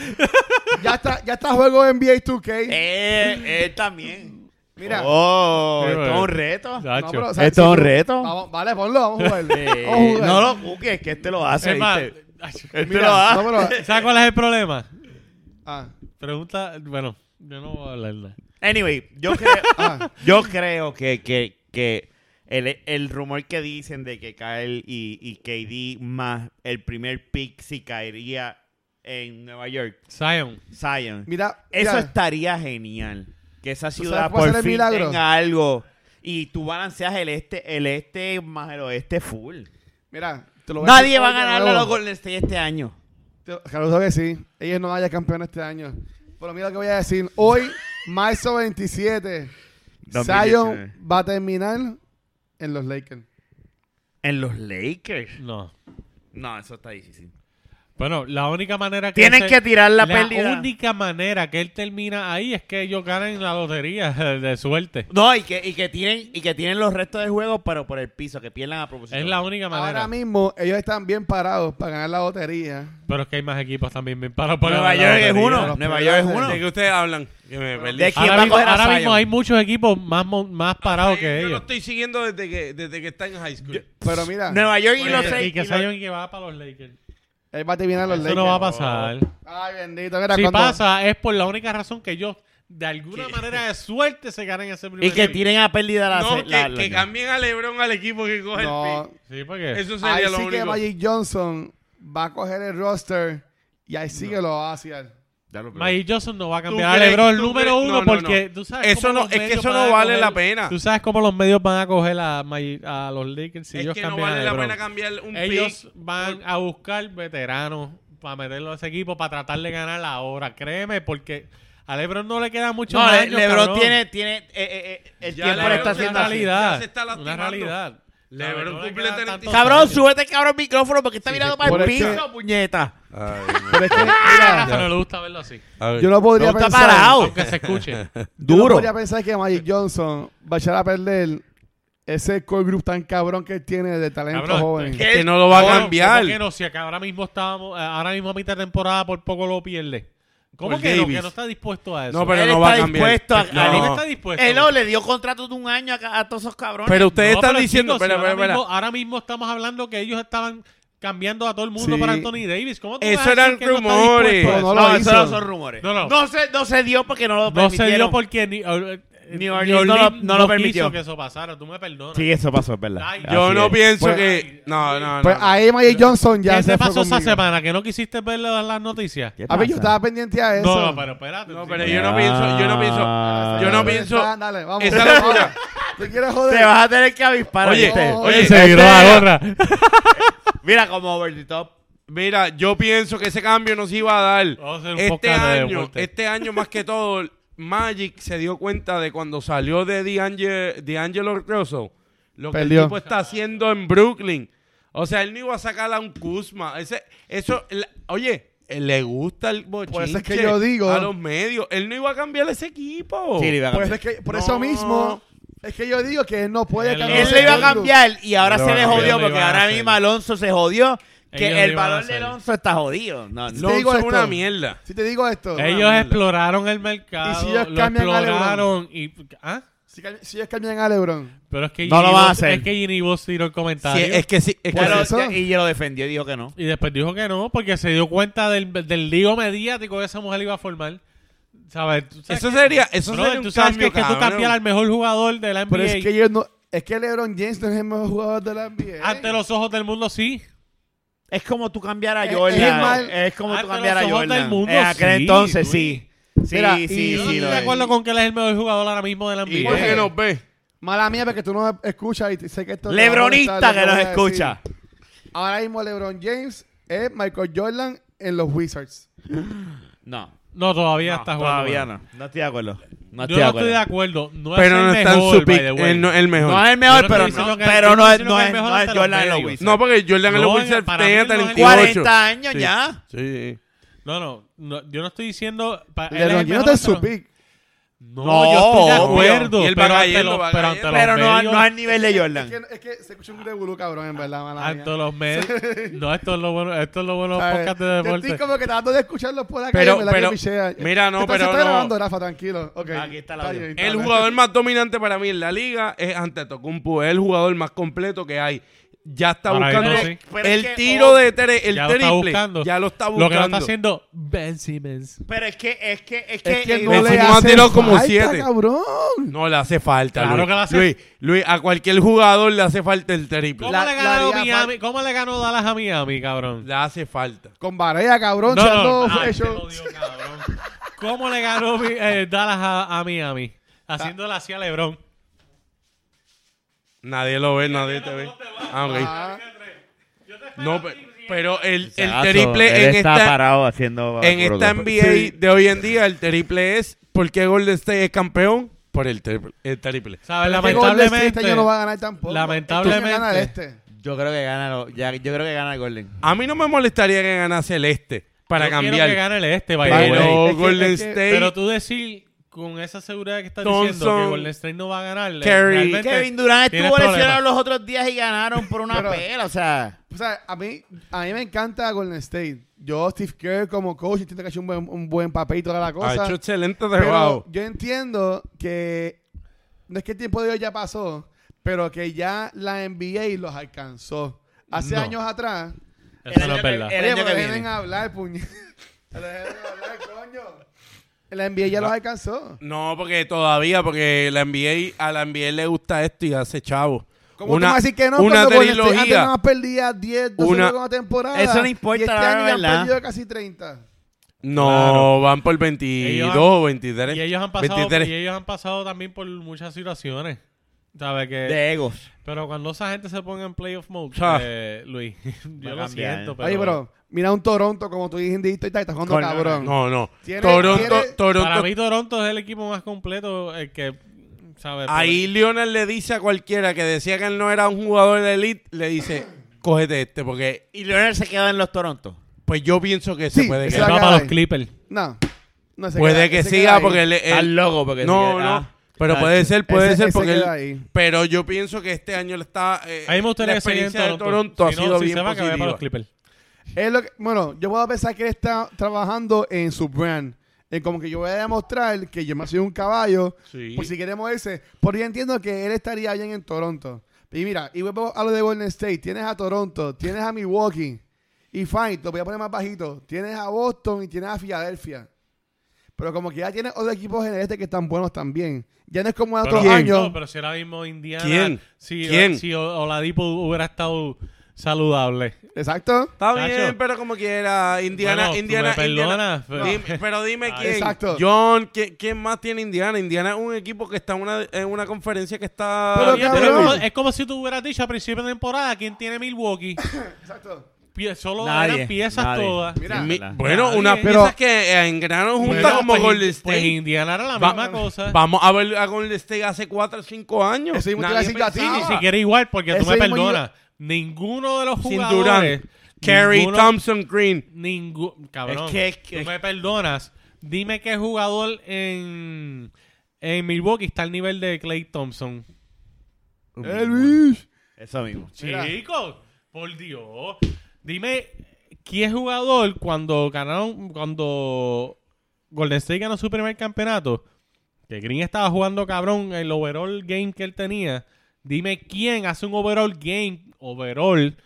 D: ya, está, ya está juego NBA 2K.
A: Eh, él también.
D: Mira.
A: Oh,
B: Sí,
A: esto es
B: bueno.
A: un reto.
D: No, pero, o
B: Chacho.
D: sea,
A: ¿Esto
D: si
A: es un
D: tú-
A: reto?
D: Vamos- vale, ponlo, vamos a jugar.
A: Eh,
D: Vamos a jugar.
A: no lo busques, que este lo hace.
B: Es más,
A: ¿viste?
B: ay,
A: Este
D: Mira,
A: lo hace.
D: no, pero-
B: ¿Sabes cuál es el problema?
D: ah,
B: Pregunta, bueno, yo no voy a hablar nada.
A: Anyway, yo creo,
D: ah.
A: yo creo que, que, que el, el rumor que dicen de que Kyle y, y KD más el primer pick si caería en Nueva York,
B: Zion.
A: Zion.
D: Mira,
A: Eso
D: mira,
A: estaría genial. Que esa
D: sabes
A: ciudad
D: cuál va a
A: por
D: ser el
A: fin
D: milagro?
A: tenga algo. Y tú balanceas el este, el este más el oeste full.
D: mira, te lo voy
A: Nadie
D: decir
A: va a
D: hoy de
A: ganarle a
D: nuevo.
A: los Golden State este año.
D: Te- Claro, creo que sí. Ellos no van a ser campeones este año. Pero mira lo que voy a decir. Hoy, marzo 27, Zion
A: 2019.
D: va a terminar en los Lakers.
A: En los Lakers.
B: No.
A: No, eso está difícil.
B: Bueno, la única manera que...
A: Tienen
B: él
A: que
B: se-
A: tirar la,
B: La,
A: pérdida.
B: única manera que él termina ahí es que ellos ganen la lotería de suerte.
A: No, y que, y que tienen, y que tienen los restos de juego, pero por el piso, que pierdan a propósito.
B: Es la única manera.
D: Ahora mismo, ellos están bien parados para ganar la lotería.
B: Pero es que hay más equipos también bien para para
A: Nueva
B: ganar la
A: York es
B: lotería.
A: uno.
D: Los
A: Nueva
D: primeros
A: York es
D: de-
A: uno.
C: ¿De que ustedes hablan? Que me perdí.
A: De quién va
B: Ahora,
A: a
B: mismo,
A: coger a
B: ahora
A: Zion?
B: mismo hay muchos equipos más, mo- más parados que
C: Yo lo
B: ellos.
C: estoy siguiendo desde que, desde que está en high school.
D: Pero mira,
A: Nueva York y
B: Y,
A: los
B: que- y
A: seis.
B: que
A: y los-
B: Zion y que va para los Lakers.
D: él va a terminar en los
B: Eso
D: Lakers.
B: no va a pasar.
D: Ay, bendito. Mira,
B: si
D: cuando-
B: pasa, es por la única razón que ellos, de alguna
A: Que-
B: manera de suerte, se ganan ese primer
A: y que
B: pick.
A: tienen a pérdida
B: Ah,
A: la,
C: No,
A: la-
C: que,
A: la-
C: que cambien a LeBron al equipo que coge el
D: No,
C: pick.
B: Sí, porque...
C: Eso sería
D: ahí
C: lo
D: sí que
C: único.
D: Magic Johnson va a coger el roster y ahí sí que lo va a hacer.
B: Magic Johnson no va a
C: ¿Tú
B: cambiar a
C: crees-
B: LeBron el
C: tú
B: número
C: crees-
B: uno
C: no, no,
B: porque tú sabes
C: Eso
B: cómo
C: no-
B: los
C: es que
B: medios
C: eso no
B: van a
C: vale
B: coger-
C: la pena.
B: Tú sabes cómo los medios van a coger a, Magi- a los Lakers si
C: es
B: ellos
C: que no
B: cambian a
C: vale la
B: LeBron.
C: pena cambiar un
B: Ellos
C: pick.
B: van a buscar veteranos para meterlo a ese equipo para tratar de ganar la hora. Créeme, porque a LeBron no le queda mucho
A: No,
B: más
C: eh,
A: Le-
B: años,
A: LeBron
B: cabrón.
A: tiene, tiene eh, eh, eh, el
C: Ya
A: tiempo
C: LeBron
A: le está
C: se
A: haciendo
B: una
A: así.
B: realidad.
C: Ya se está
B: una
C: lastimando.
B: realidad.
C: LeBron
B: No le
C: cumple
B: queda
C: 35.
B: tantos
A: Cabrón,
B: años.
A: súbete, cabrón, micrófono porque está mirando para el
D: Por eso-
A: piso, puñeta.
D: Pero es que, mira,
B: Pero le gusta verlo así.
D: yo no
A: No
D: podría
A: está
D: pensar...
A: parado.
B: Aunque se escuche.
D: Yo no
A: Duro.
D: podría pensar que Magic Johnson va a echar a perder ese core group tan cabrón que él tiene de talento
B: Cabrón,
D: joven.
A: ¿qué?
C: que no lo va a
B: Cabrón,
C: cambiar.
B: ¿Cómo que no? Si acá ahora mismo estábamos, eh, ahora mismo a mitad de temporada por poco lo pierde. ¿Cómo
C: Por
B: que no?
C: Davis.
B: Que no está dispuesto a eso.
C: No, pero
A: Él
C: no va a
A: está
C: cambiar.
A: dispuesto a-
B: Él
C: No.
B: está dispuesto.
A: Él Eh, no le dio contrato de un año a, a todos esos cabrones.
C: Pero ustedes
B: No,
C: están
B: pero
C: diciendo...
B: chicos, si
C: espera, espera,
B: ahora,
C: espera.
B: mismo, ahora mismo estamos hablando que ellos estaban cambiando a todo el mundo
D: Sí.
B: para Anthony Davis. ¿Cómo tú
C: Eso
B: vas a decir
C: eran
B: que no está
C: rumores.
B: dispuesto a
D: Pero
B: eso?
A: no,
D: no lo
A: eso
D: hizo.
A: no son rumores.
B: No,
A: No,
B: no.
A: se, no se dio porque no lo
B: No se
A: permitieron.
B: dio porque ni, eh, eh,
A: New Orleans no lo- no lo
B: quiso
A: permitió.
B: que eso pasara. Tú me perdonas.
A: Sí, eso pasó, es verdad.
B: Ay,
A: Así
C: Yo no
A: es.
C: pienso
D: Pues-
C: que... No, no, no.
D: Pues
C: no.
D: ahí Magic Johnson ya
B: ¿Qué
D: se
B: te
D: fue
B: pasó esa
D: conmigo.
B: semana? ¿Que no quisiste ver la- las noticias?
A: ¿Qué
D: A ver, yo
A: pasa?
D: estaba pendiente a eso.
B: No, no, pero espérate.
C: No,
B: sí,
C: pero
B: porque-
C: yo no pienso- yo no pienso-
A: Ah.
C: yo no
D: Dale,
C: pienso-
D: está, Dale, vamos.
C: esa locura.
D: ¿Te quieres
A: Te
D: joder?
A: vas a tener que avispar.
C: Oye,
A: ¿oíste?
D: oye,
B: Oye,
C: Oye,
B: se viró la
A: este-
B: gorra.
A: Mira como over the top.
C: Mira, yo pienso que ese cambio nos iba a dar.
B: Vamos a hacer un
C: Este
B: podcast de
C: año,
B: deporte.
C: este año más que todo, Magic se dio cuenta de cuando salió de D'Ange- D'Angelo Russell, lo que
D: Perdió.
C: el tipo está haciendo en Brooklyn. O sea, él no iba a sacar a un Kuzma. Ese, eso, la- oye, le gusta el bochinche
D: Pues eso es que yo digo-
C: a los medios. Él no iba a cambiar ese equipo.
A: Sí, le iba a
D: Por
B: Pues
A: cambiar.
D: eso, Pues es que, por
C: No.
D: eso mismo, es que yo digo que él no puede
B: Él
D: cambiar
A: Él
D: ese
A: le iba a
D: core group.
A: cambiar y ahora
C: Lo
A: se le
C: iban a
A: jodió
B: hacer.
A: porque
B: Lo iban a
A: ahora
B: hacer.
A: mismo Alonso se jodió. Que
B: Ellos lo
A: el
B: iban a
A: valor de
B: hacer.
A: Alonso está jodido. No, no.
D: Lo- te digo
C: Lonzo es una
D: esto.
C: mierda.
D: Si te digo esto,
B: Ellos exploraron el mercado.
D: ¿Y si ellos
B: lo
D: cambian a
B: exploraron y. ¿Ah?
D: si, ca- si ellos cambian a LeBron,
B: Pero es que
A: No lo
B: Ginny
A: van a
B: Boss-
A: hacer.
B: Es que Ginny Boss tiró el comentario.
C: Sí, es que sí, es
A: Ya
C: que
A: lo-
C: sí.
D: eso.
A: ya- y ya lo defendió y dijo que no.
B: Y después dijo que no, porque se dio cuenta del, del lío mediático que esa mujer iba a formar. ¿Sabes? Tú sabes
C: Eso
B: que-
C: sería- eso
B: Bro,
C: sería
B: tú
C: un
B: sabes
C: cambio,
B: que, es que tú
C: cabrón.
B: cambias al mejor jugador de la NBA.
D: pero es que ellos no. Es que LeBron James no es el mejor jugador de la NBA.
A: Ah,
B: Ante los ojos del mundo, sí.
A: Es como tú cambiar a
D: Es-
A: Jordan.
D: es mal-
A: Es como tú
B: Ante
A: cambiar
B: los
A: a
B: ojos
A: Jordan.
B: del mundo,
A: en aquel
B: sí,
A: entonces, sí.
B: güey.
A: Sí,
D: Mira,
A: sí,
D: y-
A: sí.
B: yo no
A: lo
B: estoy de
A: es.
B: acuerdo con que él es el mejor jugador ahora mismo de la
C: Y
B: NBA.
C: Jorge nos ve.
D: Mala mía, porque tú no escuchas y sé que esto. te va a
A: Lebronista
D: molestar,
A: que
D: lo
A: nos
D: voy a decir.
A: escucha.
D: Ahora mismo LeBron James es Michael Jordan en los Wizards.
A: No.
B: No, todavía
A: no,
B: está jugando.
A: Todavía no. No estoy de acuerdo. No
B: Yo
A: estoy de
B: no
A: acuerdo.
B: Ah, estoy de acuerdo. No
C: Pero
B: es
C: no
B: el
C: está en
B: mejor,
C: su pick.
B: by the way.
C: Él no es el mejor.
A: No es el
B: Yo
A: mejor,
B: no
A: pero,
B: estoy diciendo
A: no,
B: que-
A: pero
B: yo no
A: no, es-
B: estoy
A: no
B: diciendo que
A: es,
B: es mejor
A: no es
B: ante los
A: Jordan
B: medios.
A: Lewis.
C: No, porque Jordan
B: No,
C: en los Wizards
B: para mí
C: tenía
B: él no es el
C: 38.
A: 40 años
C: Sí,
A: ya.
C: Sí.
B: No, no, no, yo no estoy diciendo... pa- él es
D: LeBron
B: el
D: James
B: mejor
D: no está en
B: hasta los-
D: su pick.
B: No,
A: No,
B: yo estoy de
A: obvio.
B: acuerdo.
C: Y él va
B: pero ante
C: cayendo,
B: los,
C: va
B: pero ante
C: cayendo.
B: los
A: Pero no,
B: medios,
A: no al nivel de
D: Es que,
A: Jordan.
D: es que se escucha un revolú, cabrón, en verdad, mala mía.
B: ante los medios. No, esto es lo bueno, esto es lo bueno de los
D: ¿Sabes?
B: podcasts de
D: Yo
B: deporte.
D: estoy como que tratando de escucharlos por acá. y
C: Pero-
D: en verdad que
C: pero-
D: pichea.
C: mira, no,
D: Esto se
C: pero
D: está
C: no.
D: grabando, Rafa, tranquilo. Okay.
A: Aquí está el audio.
D: bien, está
C: El
D: bien.
C: jugador más dominante para mí en la liga es Antetokounmpo. Es el jugador más completo que hay. Ya está
B: Ahora
C: buscando
B: mismo sí.
A: Pero es
C: el
A: que,
C: tiro
A: oh,
C: de tres, el
B: ya lo está
C: triple.
B: buscando.
C: ya lo está
B: Lo que lo está
C: buscando.
B: haciendo Ben Simmons.
A: Pero es que, es que, es que.
D: Es que
A: eh,
D: no
C: Messi
D: le
C: no ha
D: hace
C: tirado como
D: falta,
C: siete.
D: cabrón.
C: No le hace falta.
B: Claro
C: Luis.
B: que le hace-
C: Luis, Luis, a cualquier jugador le hace falta el triple.
B: ¿Cómo,
D: La-
B: le
D: la
B: ganó
D: haría
B: Miami, ¿Cómo le ganó Dallas a Miami, cabrón?
C: Le hace falta.
D: Con Barea, cabrón.
B: No,
D: tirando
B: no, ay,
D: hecho-
B: te lo digo, cabrón. ¿Cómo le ganó mi- eh, Dallas a, a Miami? Haciéndole así a LeBron.
C: Nadie lo ve, nadie te ve. Ah, ok.
D: Ah,
C: No, pe- pero el, el
A: Exacto,
C: triple
A: él
C: en
A: está
C: esta,
A: parado haciendo
C: en esta
A: Sí.
C: NBA de hoy en día, el triple es ¿por qué Golden State es campeón? Por el triple. El triple.
B: ¿Sabes?
D: que Golden State
B: Lamentablemente.
D: Este año no va a ganar tampoco.
B: lamentablemente.
D: Este año gana el este.
A: Yo creo que gana, lo- ya- yo creo que gana el Golden.
C: A mí no me molestaría que ganase el este para
B: Yo Quiero que
C: cambiar.
B: gane el este, by the way. pero,
C: Pero
D: Es que-
C: Golden
D: es que-
C: State.
B: tú decir con esa seguridad que estás
C: Thompson,
B: diciendo que Golden State no va a ganar. le-
C: Curry.
B: realmente
A: Kevin Durant
B: tienes
A: estuvo
B: problemas.
A: lesionado los otros días y ganaron por una
D: Pero-
A: pela, o sea.
D: O sea, a mí, a mí me encanta Golden State. Yo, Steve Kerr, como coach, entiendo que ha hecho un buen, un buen papel y toda la cosa.
C: ha hecho excelente
D: Pero
C: trabajo.
D: yo entiendo que no es que el tiempo de hoy ya pasó, pero que ya la NBA los alcanzó. Hace
B: No.
D: años atrás.
B: Eso no es verdad.
A: El
D: Oye,
A: año
D: pero
A: que
D: dejen
A: viene.
D: hablar, puñe. Dejen hablar, coño. La NBA ya los alcanzó.
C: No, porque todavía, porque la NBA, a la NBA le gusta esto y hace chavo.
D: ¿Cómo tú me vas a decir que no?
C: una
D: cuando Golden State antes
C: trilogía.
D: nada más perdía 10, 12
C: Una-
D: juegos a temporada.
A: Eso no
D: Y este
A: importa, la
D: año ya
A: verdad.
D: han perdido casi 30.
C: No,
B: Claro.
C: van por
B: Ellos
C: 22
B: han-
C: o 23.
B: Y ellos han pasado,
C: 23.
B: y ellos han pasado también por muchas situaciones. ¿Sabes que
A: De egos.
B: Pero cuando esa gente se ponga en playoff mode,
C: Ah.
B: eh, Luis,
A: Va
B: yo
A: a
B: lo
A: cambiar.
B: siento, pero...
D: Oye, pero mira un Toronto, como tú dijiste, y está jugando
A: Con-
D: cabrón.
C: No, no.
D: Tiene-
C: Toronto,
D: tiene-
C: Toronto.
B: Para mí Toronto es el equipo más completo, el que, ¿sabes?
C: Ahí Lionel le dice a cualquiera que decía que él no era un jugador de elite, le dice, cógete este, porque
A: Y Leonard se quedó en los Toronto.
C: pues yo pienso que se
D: Sí,
C: puede
B: Se
C: que
D: exacto.
B: va
D: queda
B: para los
D: ahí.
B: Clippers.
D: No. no se
C: Puede
D: queda-
C: que
D: se queda
C: siga
D: ahí.
C: porque él, él-
A: Al loco porque se
C: No,
A: queda-
C: no.
A: ah,
C: Pero
A: tacho.
C: puede ser, puede
D: Ese-
C: ser
D: ese
C: porque él-
D: queda ahí.
C: Pero yo pienso que este año le está... eh,
B: A mí me gustaría
C: la
B: que se quede en
C: experiencia de
B: Toronto.
C: Toronto ha
B: Si no,
C: sido
B: si
C: bien
B: se va, que vaya para los
C: positiva.
B: Clippers.
D: Es lo que- bueno, yo puedo pensar que él está trabajando en su brand. En como que yo voy a demostrar que yo me soy un caballo.
C: Sí.
D: Por si queremos ese. Porque yo entiendo que él estaría bien en Toronto. Y mira, y vuelvo a lo de Golden State. Tienes a Toronto, tienes a Milwaukee. Y fine, te lo voy a poner más bajito. Tienes a Boston y tienes a Filadelfia. Pero como que ya tienes otros equipos en el este que están buenos también. Ya no es como en
B: Pero,
D: otros
C: ¿quién?
D: años.
B: No, pero si ahora mismo Indiana...
C: ¿Quién?
B: Si,
C: ¿Quién?
B: si O- Oladipo hubiera estado saludable.
D: Exacto.
C: Está
B: Nacho.
C: bien, pero como quiera, Indiana,
B: Bueno, tú me
C: Indiana,
B: perdonas,
C: Indiana.
B: pero-
C: Dime- pero dime
B: Ah,
C: quién.
D: exacto.
C: John, ¿quién, quién más tiene Indiana? Indiana es un equipo que está en una, en una conferencia que está.
D: Pero,
B: Mira, pero es,
D: cabrón.
B: como, es como si tú hubieras dicho a principio de temporada quién tiene Milwaukee.
D: Exacto.
B: Pie- Solo
A: Nadie,
B: eran piezas
A: nadie.
B: todas.
D: Mira,
A: Sí,
C: Mi-
A: ¿verdad?
C: bueno,
B: Nadie.
C: unas
D: Pero-
C: piezas que eh, engranan juntas
B: Bueno,
C: como
B: pues,
C: Golden
B: Pues
C: State.
B: Indiana era la
C: Va-
B: misma cosa.
C: Vamos a ver a Golden State hace 4 o 5 años.
D: Eso mismo te iba a
C: Nadie
D: decir yo a ti.
C: pensaba.
D: Ni
B: Ni siquiera igual, porque tú
D: Ese
B: me
D: mismo
B: perdonas. Ninguno de los
C: Sin
B: jugadores.
C: Durant, Kerry,
B: ninguno-
C: Thompson, Green.
B: Ningún. Cabrón.
A: Es que- es que-
B: tú me perdonas. Dime qué jugador en. En Milwaukee está al nivel de Clay Thompson.
D: Elvis.
A: Eso mismo.
D: Mira.
B: Chicos, por Dios. Dime qué jugador cuando ganaron. Cuando Golden State ganó su primer campeonato. Que Green estaba jugando cabrón el overall game que él tenía. Dime quién hace un overall game, overall,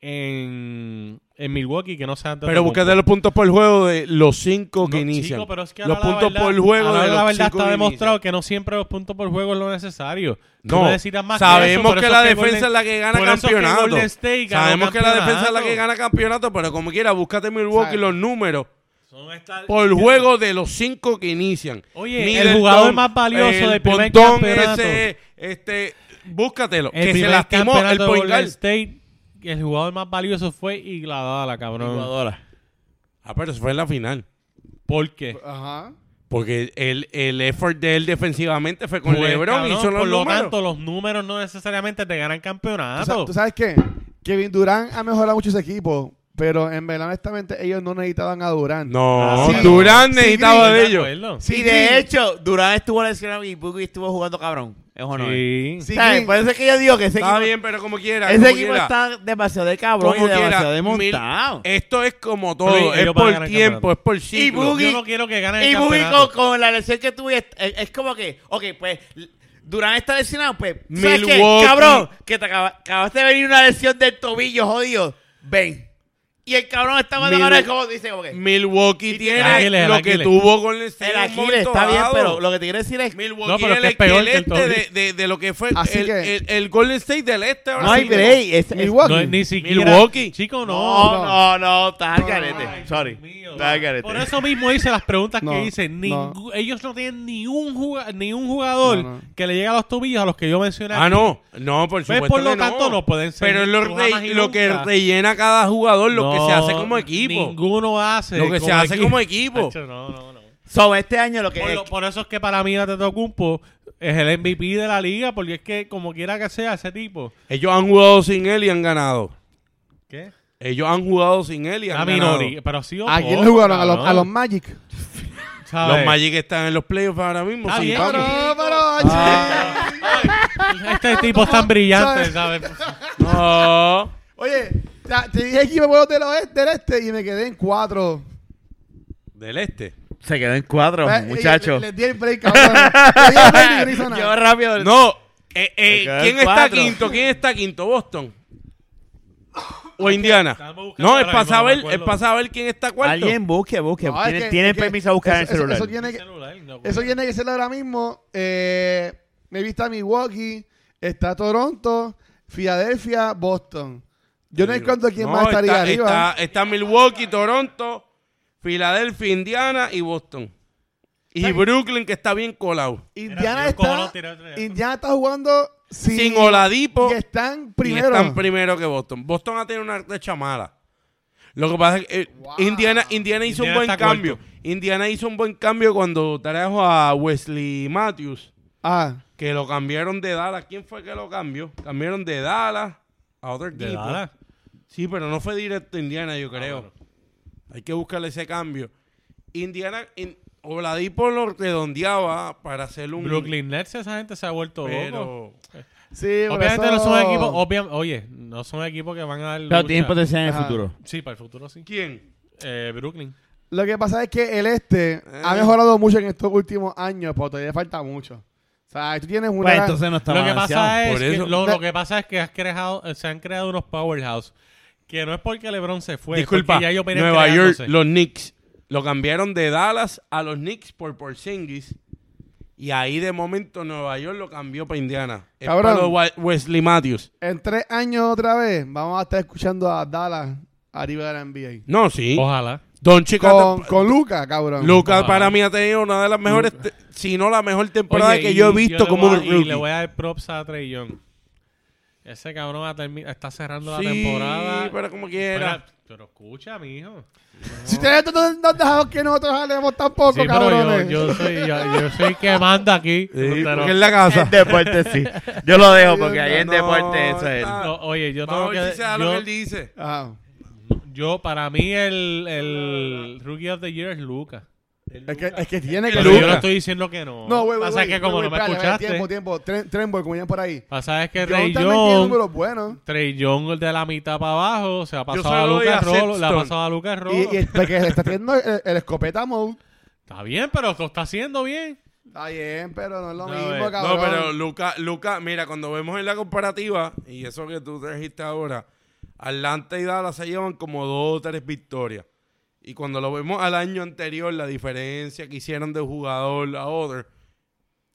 B: en, en Milwaukee que no sea
C: Pero
B: Antetokounmpo.
C: búscate los puntos por juego de los 5 que
B: No,
C: inician.
B: chico, pero es que ahora
C: los
B: la
C: puntos
B: verdad-
C: por juego
B: ahora
C: de los
B: la verdad
C: cinco
B: está
C: que
B: demostrado
C: inician.
B: que no siempre los puntos por juego es lo necesario. Tú
C: No,
B: necesitas más que eso,
C: sabemos
B: por
C: que
B: eso
C: la
B: es
C: defensa
B: Golden-
C: es la que gana
B: por eso es que
C: campeonato.
B: Golden State ganó
C: sabemos que la defensa es la que
B: campeonato.
C: gana campeonato, pero como quiera, búscate Milwaukee
D: Sabe.
C: los números
B: Son estas-
C: por juego de los cinco que inician.
B: Oye, el
C: Middleton,
B: jugador más valioso
C: el
B: del primer
C: Pontón
B: campeonato.
C: ese, este, búscatelo,
B: El
C: que se
B: primer
C: lastimó el
B: campeonato de
C: point
B: Golden
C: guard.
B: State, el jugador más valioso fue Iguodala, cabrón.
C: Ah, pero eso fue en la final.
B: ¿Por qué?
D: Ajá.
C: Porque el, el effort de él defensivamente fue con
B: Pues,
C: LeBron
B: cabrón,
C: y son los
B: por lo
C: números.
B: tanto, los números no necesariamente te ganan
D: ¿Tú sa-
B: campeonato.
D: ¿Tú sabes qué? Kevin Durant ha mejorado mucho ese equipo, Pero en verdad, honestamente, ellos no necesitaban a Durant.
C: No,
A: Ah, sí.
C: Durán
D: Sí,
C: necesitaba
B: Estoy
C: de
B: de
C: ellos.
B: acuerdo.
D: Sí,
A: y
D: Green.
A: de hecho, Durán estuvo lesionado y Boogie estuvo jugando cabrón. Es honor.
B: Sí.
D: Sí,
A: ¿Sabes?
D: Green-
A: Por eso es que yo digo que ese
C: Está
A: equipo,
C: bien, pero como quiera.
A: ese
C: como
A: equipo
C: quiera.
A: está demasiado de cabrón
C: Como
A: y demasiado
C: quiera,
A: de
C: mil-
A: montado.
C: Esto es como
B: Pero
C: todo.
B: ellos
C: Es
B: van a
C: por
B: ganar el
C: tiempo,
B: campeonato.
C: es por ciclo.
A: Boogie-
B: Yo no quiero que gane el
A: Y Boogie con,
B: campeonato.
A: con la lesión que tuve, es, es como que, ok, pues Durán está lesionado, pues, ¿sabes qué?
C: Milwaukee.
A: Cabrón, que te acaba- acabaste de venir una lesión del tobillo, jodido. Ven. Y el cabrón está cuando
C: Mil-
A: ahora es como dice, como que,
C: Milwaukee tiene
B: Aquiles, el
C: lo que
B: Aquiles.
C: tuvo con el
A: el Aquiles está bien, pero lo que te quiero decir es
C: Milwaukee
B: No, pero
C: es
B: que
C: el
B: es peor que el
C: esqueleto de,
B: Toby.
C: de, de lo que fue
D: Así
C: el,
D: que-
C: el, el Golden State del Este. ahora
A: no hay
C: sí.
A: break. Es, es-
D: Milwaukee.
B: No, ni siquiera.
C: Milwaukee.
B: Chico, no.
A: no, no, no, estás al garete.
B: Ay,
A: Sorry.
B: Dios mío.
A: Estás al garete.
B: Por eso mismo hice las preguntas
D: No,
B: que hice. Ningú-
D: no.
B: Ellos no tienen ni un, juga- ni un jugador
D: No, no.
B: que le llegue a los tobillos a los que yo mencioné.
C: Ah, no. No, por
B: Pues,
C: supuesto.
B: por lo
C: que
B: tanto, no pueden ser
C: Pero es lo,
B: jamás
C: re-
B: y
C: lo que
B: nunca.
C: rellena cada jugador, lo que se hace como equipo.
B: Ninguno hace.
C: Lo que se hace como equipo.
B: Tacho, no, no, no.
A: So, este año lo que
B: Por,
A: es-
B: lo- por eso es que para mí Antetokounmpo es el MVP de la liga, porque es que como quiera que sea ese tipo.
C: Ellos han jugado sin él y han ganado.
B: ¿Qué?
C: Ellos han jugado sin él y han
B: La
C: ganado.
B: minoría, pero sí o
D: ¿A quién
B: poco,
D: le jugaron? A los,
B: cabrón.
D: a los Magic.
B: ¿Sabes?
C: Los Magic están en los playoffs ahora mismo.
B: Está
C: sí,
B: bien,
C: vamos.
B: pero-
D: Ah.
B: Este tipo es tan brillante, ¿sabes?
C: No.
D: Oye, ya, te dije equipo por los del oeste, del este y me quedé en cuatro.
C: Del este.
A: se quedó en cuatro,
D: Eh, eh,
A: muchachos.
D: Les, les di el break, cabrón. Les di el break y no hizo nada.
A: Yo rápido.
C: No. eh, eh,
A: Se quedó
C: ¿Quién
A: en
C: está
A: cuatro.
C: quinto? ¿Quién está quinto? ¿Boston? ¿O Indiana?
B: estamos buscando
C: No, es
B: ahora mismo,
C: para
B: no me
C: saber, es
B: acuerdo.
C: para saber quién está cuarto.
A: Alguien busque, busque.
D: No, es
A: tienen
D: que-
A: tienen
D: es que
A: permiso a buscar en el
D: eso-
A: celular.
D: eso- Eso tiene que,
B: Celular, no,
D: eso tiene que ser ahora mismo. Eh, me vista Milwaukee, está Toronto, Filadelfia, Boston. Yo no encuentro quién
C: No,
D: más estaría
C: está,
D: arriba.
C: Está, está Milwaukee, Toronto, Filadelfia, Indiana y Boston. Y Brooklyn, que está bien colado.
D: Indiana
B: Mira, tío, cómo
D: está,
B: no tirar tres.
D: Indiana está jugando sin,
C: Sin Oladipo.
D: Y están
C: Y
D: primero.
C: están primero que Boston. Boston ha tenido una racha mala. Lo que pasa es que eh, Indiana, Indiana hizo
B: Indiana
C: un buen
B: está cuarto.
C: cambio. Indiana hizo un buen cambio cuando trajo a Wesley Matthews,
D: ah,
C: que lo cambiaron de Dallas. ¿Quién fue que lo cambió? Cambiaron de Dallas a otro equipo.
B: De Dallas.
C: Sí, pero no fue directo a Indiana, yo creo.
B: bueno.
C: Hay que buscarle ese cambio. Indiana, in- Oladipo lo redondeaba para hacer un...
B: Brooklyn Nets, esa gente se ha vuelto loco.
C: Pero...
D: sí, por
B: Obviamente
D: eso-
B: no son equipos, obvia- oye, no son equipos que van a dar
A: Pero
B: lucha.
A: tienen potencial en el
D: Ajá.
A: futuro.
B: Sí, para el futuro sí.
C: ¿Quién?
B: Eh, Brooklyn.
D: Lo que pasa es que el este
C: Eh.
D: ha mejorado mucho en estos últimos años, pero todavía falta mucho. O sea, tú tienes una...
A: Pues entonces no está
B: Lo que, pasa es
C: Por
B: que,
C: eso.
B: lo, lo que pasa es que has creado, eh, se han creado unos powerhouse que no es porque LeBron se fue.
C: Disculpa,
B: Pues, porque ya ellos venían
C: Nueva York,
B: creándose.
C: los Knicks. Lo cambiaron de Dallas a los Knicks por Porzingis. Y ahí de momento Nueva York lo cambió para Indiana. Es
D: Cabrón.
C: para los Wa- Wesley Matthews.
D: En tres años otra vez vamos a estar escuchando a Dallas arriba de la NBA.
C: No, sí.
B: Ojalá.
C: Don Chico.
D: Con, con Luca, cabrón.
C: Lucas
B: Ah.
C: para mí ha tenido una de las mejores, te- si no la mejor temporada
B: Oye,
C: que
B: y
C: yo he visto
B: le
C: como
B: voy
C: un
B: a- Y
C: rookie.
B: le voy a dar props a Trey Young. Ese cabrón ha termi- está cerrando la
C: Sí,
B: temporada.
C: pero como quiera.
B: Mira, pero escucha, mijo.
D: Si ustedes no nos no han dejado que nosotros hablemos tampoco,
B: Sí, pero yo,
D: cabrones.
B: yo, soy, yo, yo soy el que manda aquí.
C: Sí,
B: pero-
C: porque en la casa.
A: En deporte sí. Yo lo dejo porque ahí en
C: No,
A: deporte eso es.
C: está-
B: No, oye, yo tengo
C: Vamos a
B: que.
C: ver si se da lo
B: yo-
C: que él dice.
D: Ah,
B: Yo, para mí, el, el Rookie of the Year es Lucas.
D: es, que, es que tiene que...
B: Pero
C: Lucas.
B: yo no estoy diciendo que no.
D: No, güey, güey,
B: Pasa
D: güey,
B: que como
D: güey,
B: no me
D: espérate,
B: escuchaste.
D: Tiempo, tiempo. Tren- Trenboy, como llaman por ahí.
B: Pasa es que
D: Yo
B: Trey
D: también tiene
B: Young,
D: números buenos.
B: Trey Young el de la mitad para abajo, se ha pasado
C: se
B: a
C: lo doy
B: Lucas
C: a
B: Rolo, le ha
C: Sexton.
B: pasado a Lucas Rolo.
D: Y, y porque le está haciendo el, el escopeta mode.
B: Está bien, pero lo está haciendo bien.
D: Está bien, pero no es lo
B: No,
D: mismo,
B: eh,
D: cabrón.
C: No, pero Luca, Luca, mira, cuando vemos en la comparativa, y eso que tú trajiste ahora, Atlanta y Dallas se llevan como dos o tres victorias. Y cuando lo vemos al año anterior, la diferencia que hicieron de jugador a otro,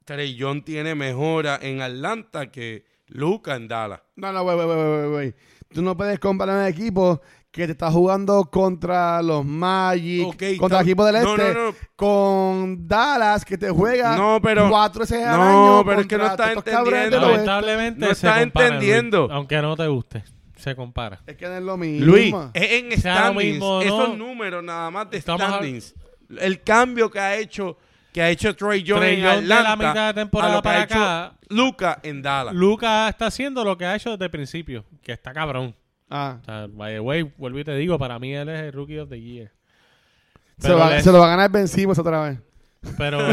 C: Trey Young tiene mejora en Atlanta que Luca en Dallas.
D: No, no, güey, güey, güey, güey, güey. Tú no puedes comparar un equipo que te está jugando contra los Magic,
C: Ok, está-
D: contra el equipo del
C: no,
D: Este,
C: no, no.
D: con Dallas, que te juega
C: No, pero-
D: cuatro veces al
C: no,
D: año.
C: pero es que no
D: contra
C: estás
D: estos cabrones del
C: entendiendo.
D: oeste.
B: Lamentablemente
C: no
B: se
C: estás
B: compara, Luis.
C: entendiendo.
B: aunque no te guste, se compara.
D: Es que no es lo mismo.
C: Luis, eh, es en
B: Sea lo
C: standings.
B: mismo, ¿no?
C: Esos números nada más de
B: Estamos hab-
C: standings. El cambio que ha hecho que ha hecho Trey Young
B: Trey
C: en
B: Young de la
C: Atlanta
B: mitad de temporada
C: a lo que
B: para
C: ha hecho
B: acá.
C: Luca en Dallas.
B: Lucas está haciendo lo que ha hecho desde el principio, que está cabrón.
D: Ah.
B: O sea, by the way, vuelvo y te digo, para mí él es el rookie of the year.
D: Se,
B: Pero
D: va-
B: le-
D: se lo va a ganar Ben Simmons otra vez.
B: Pero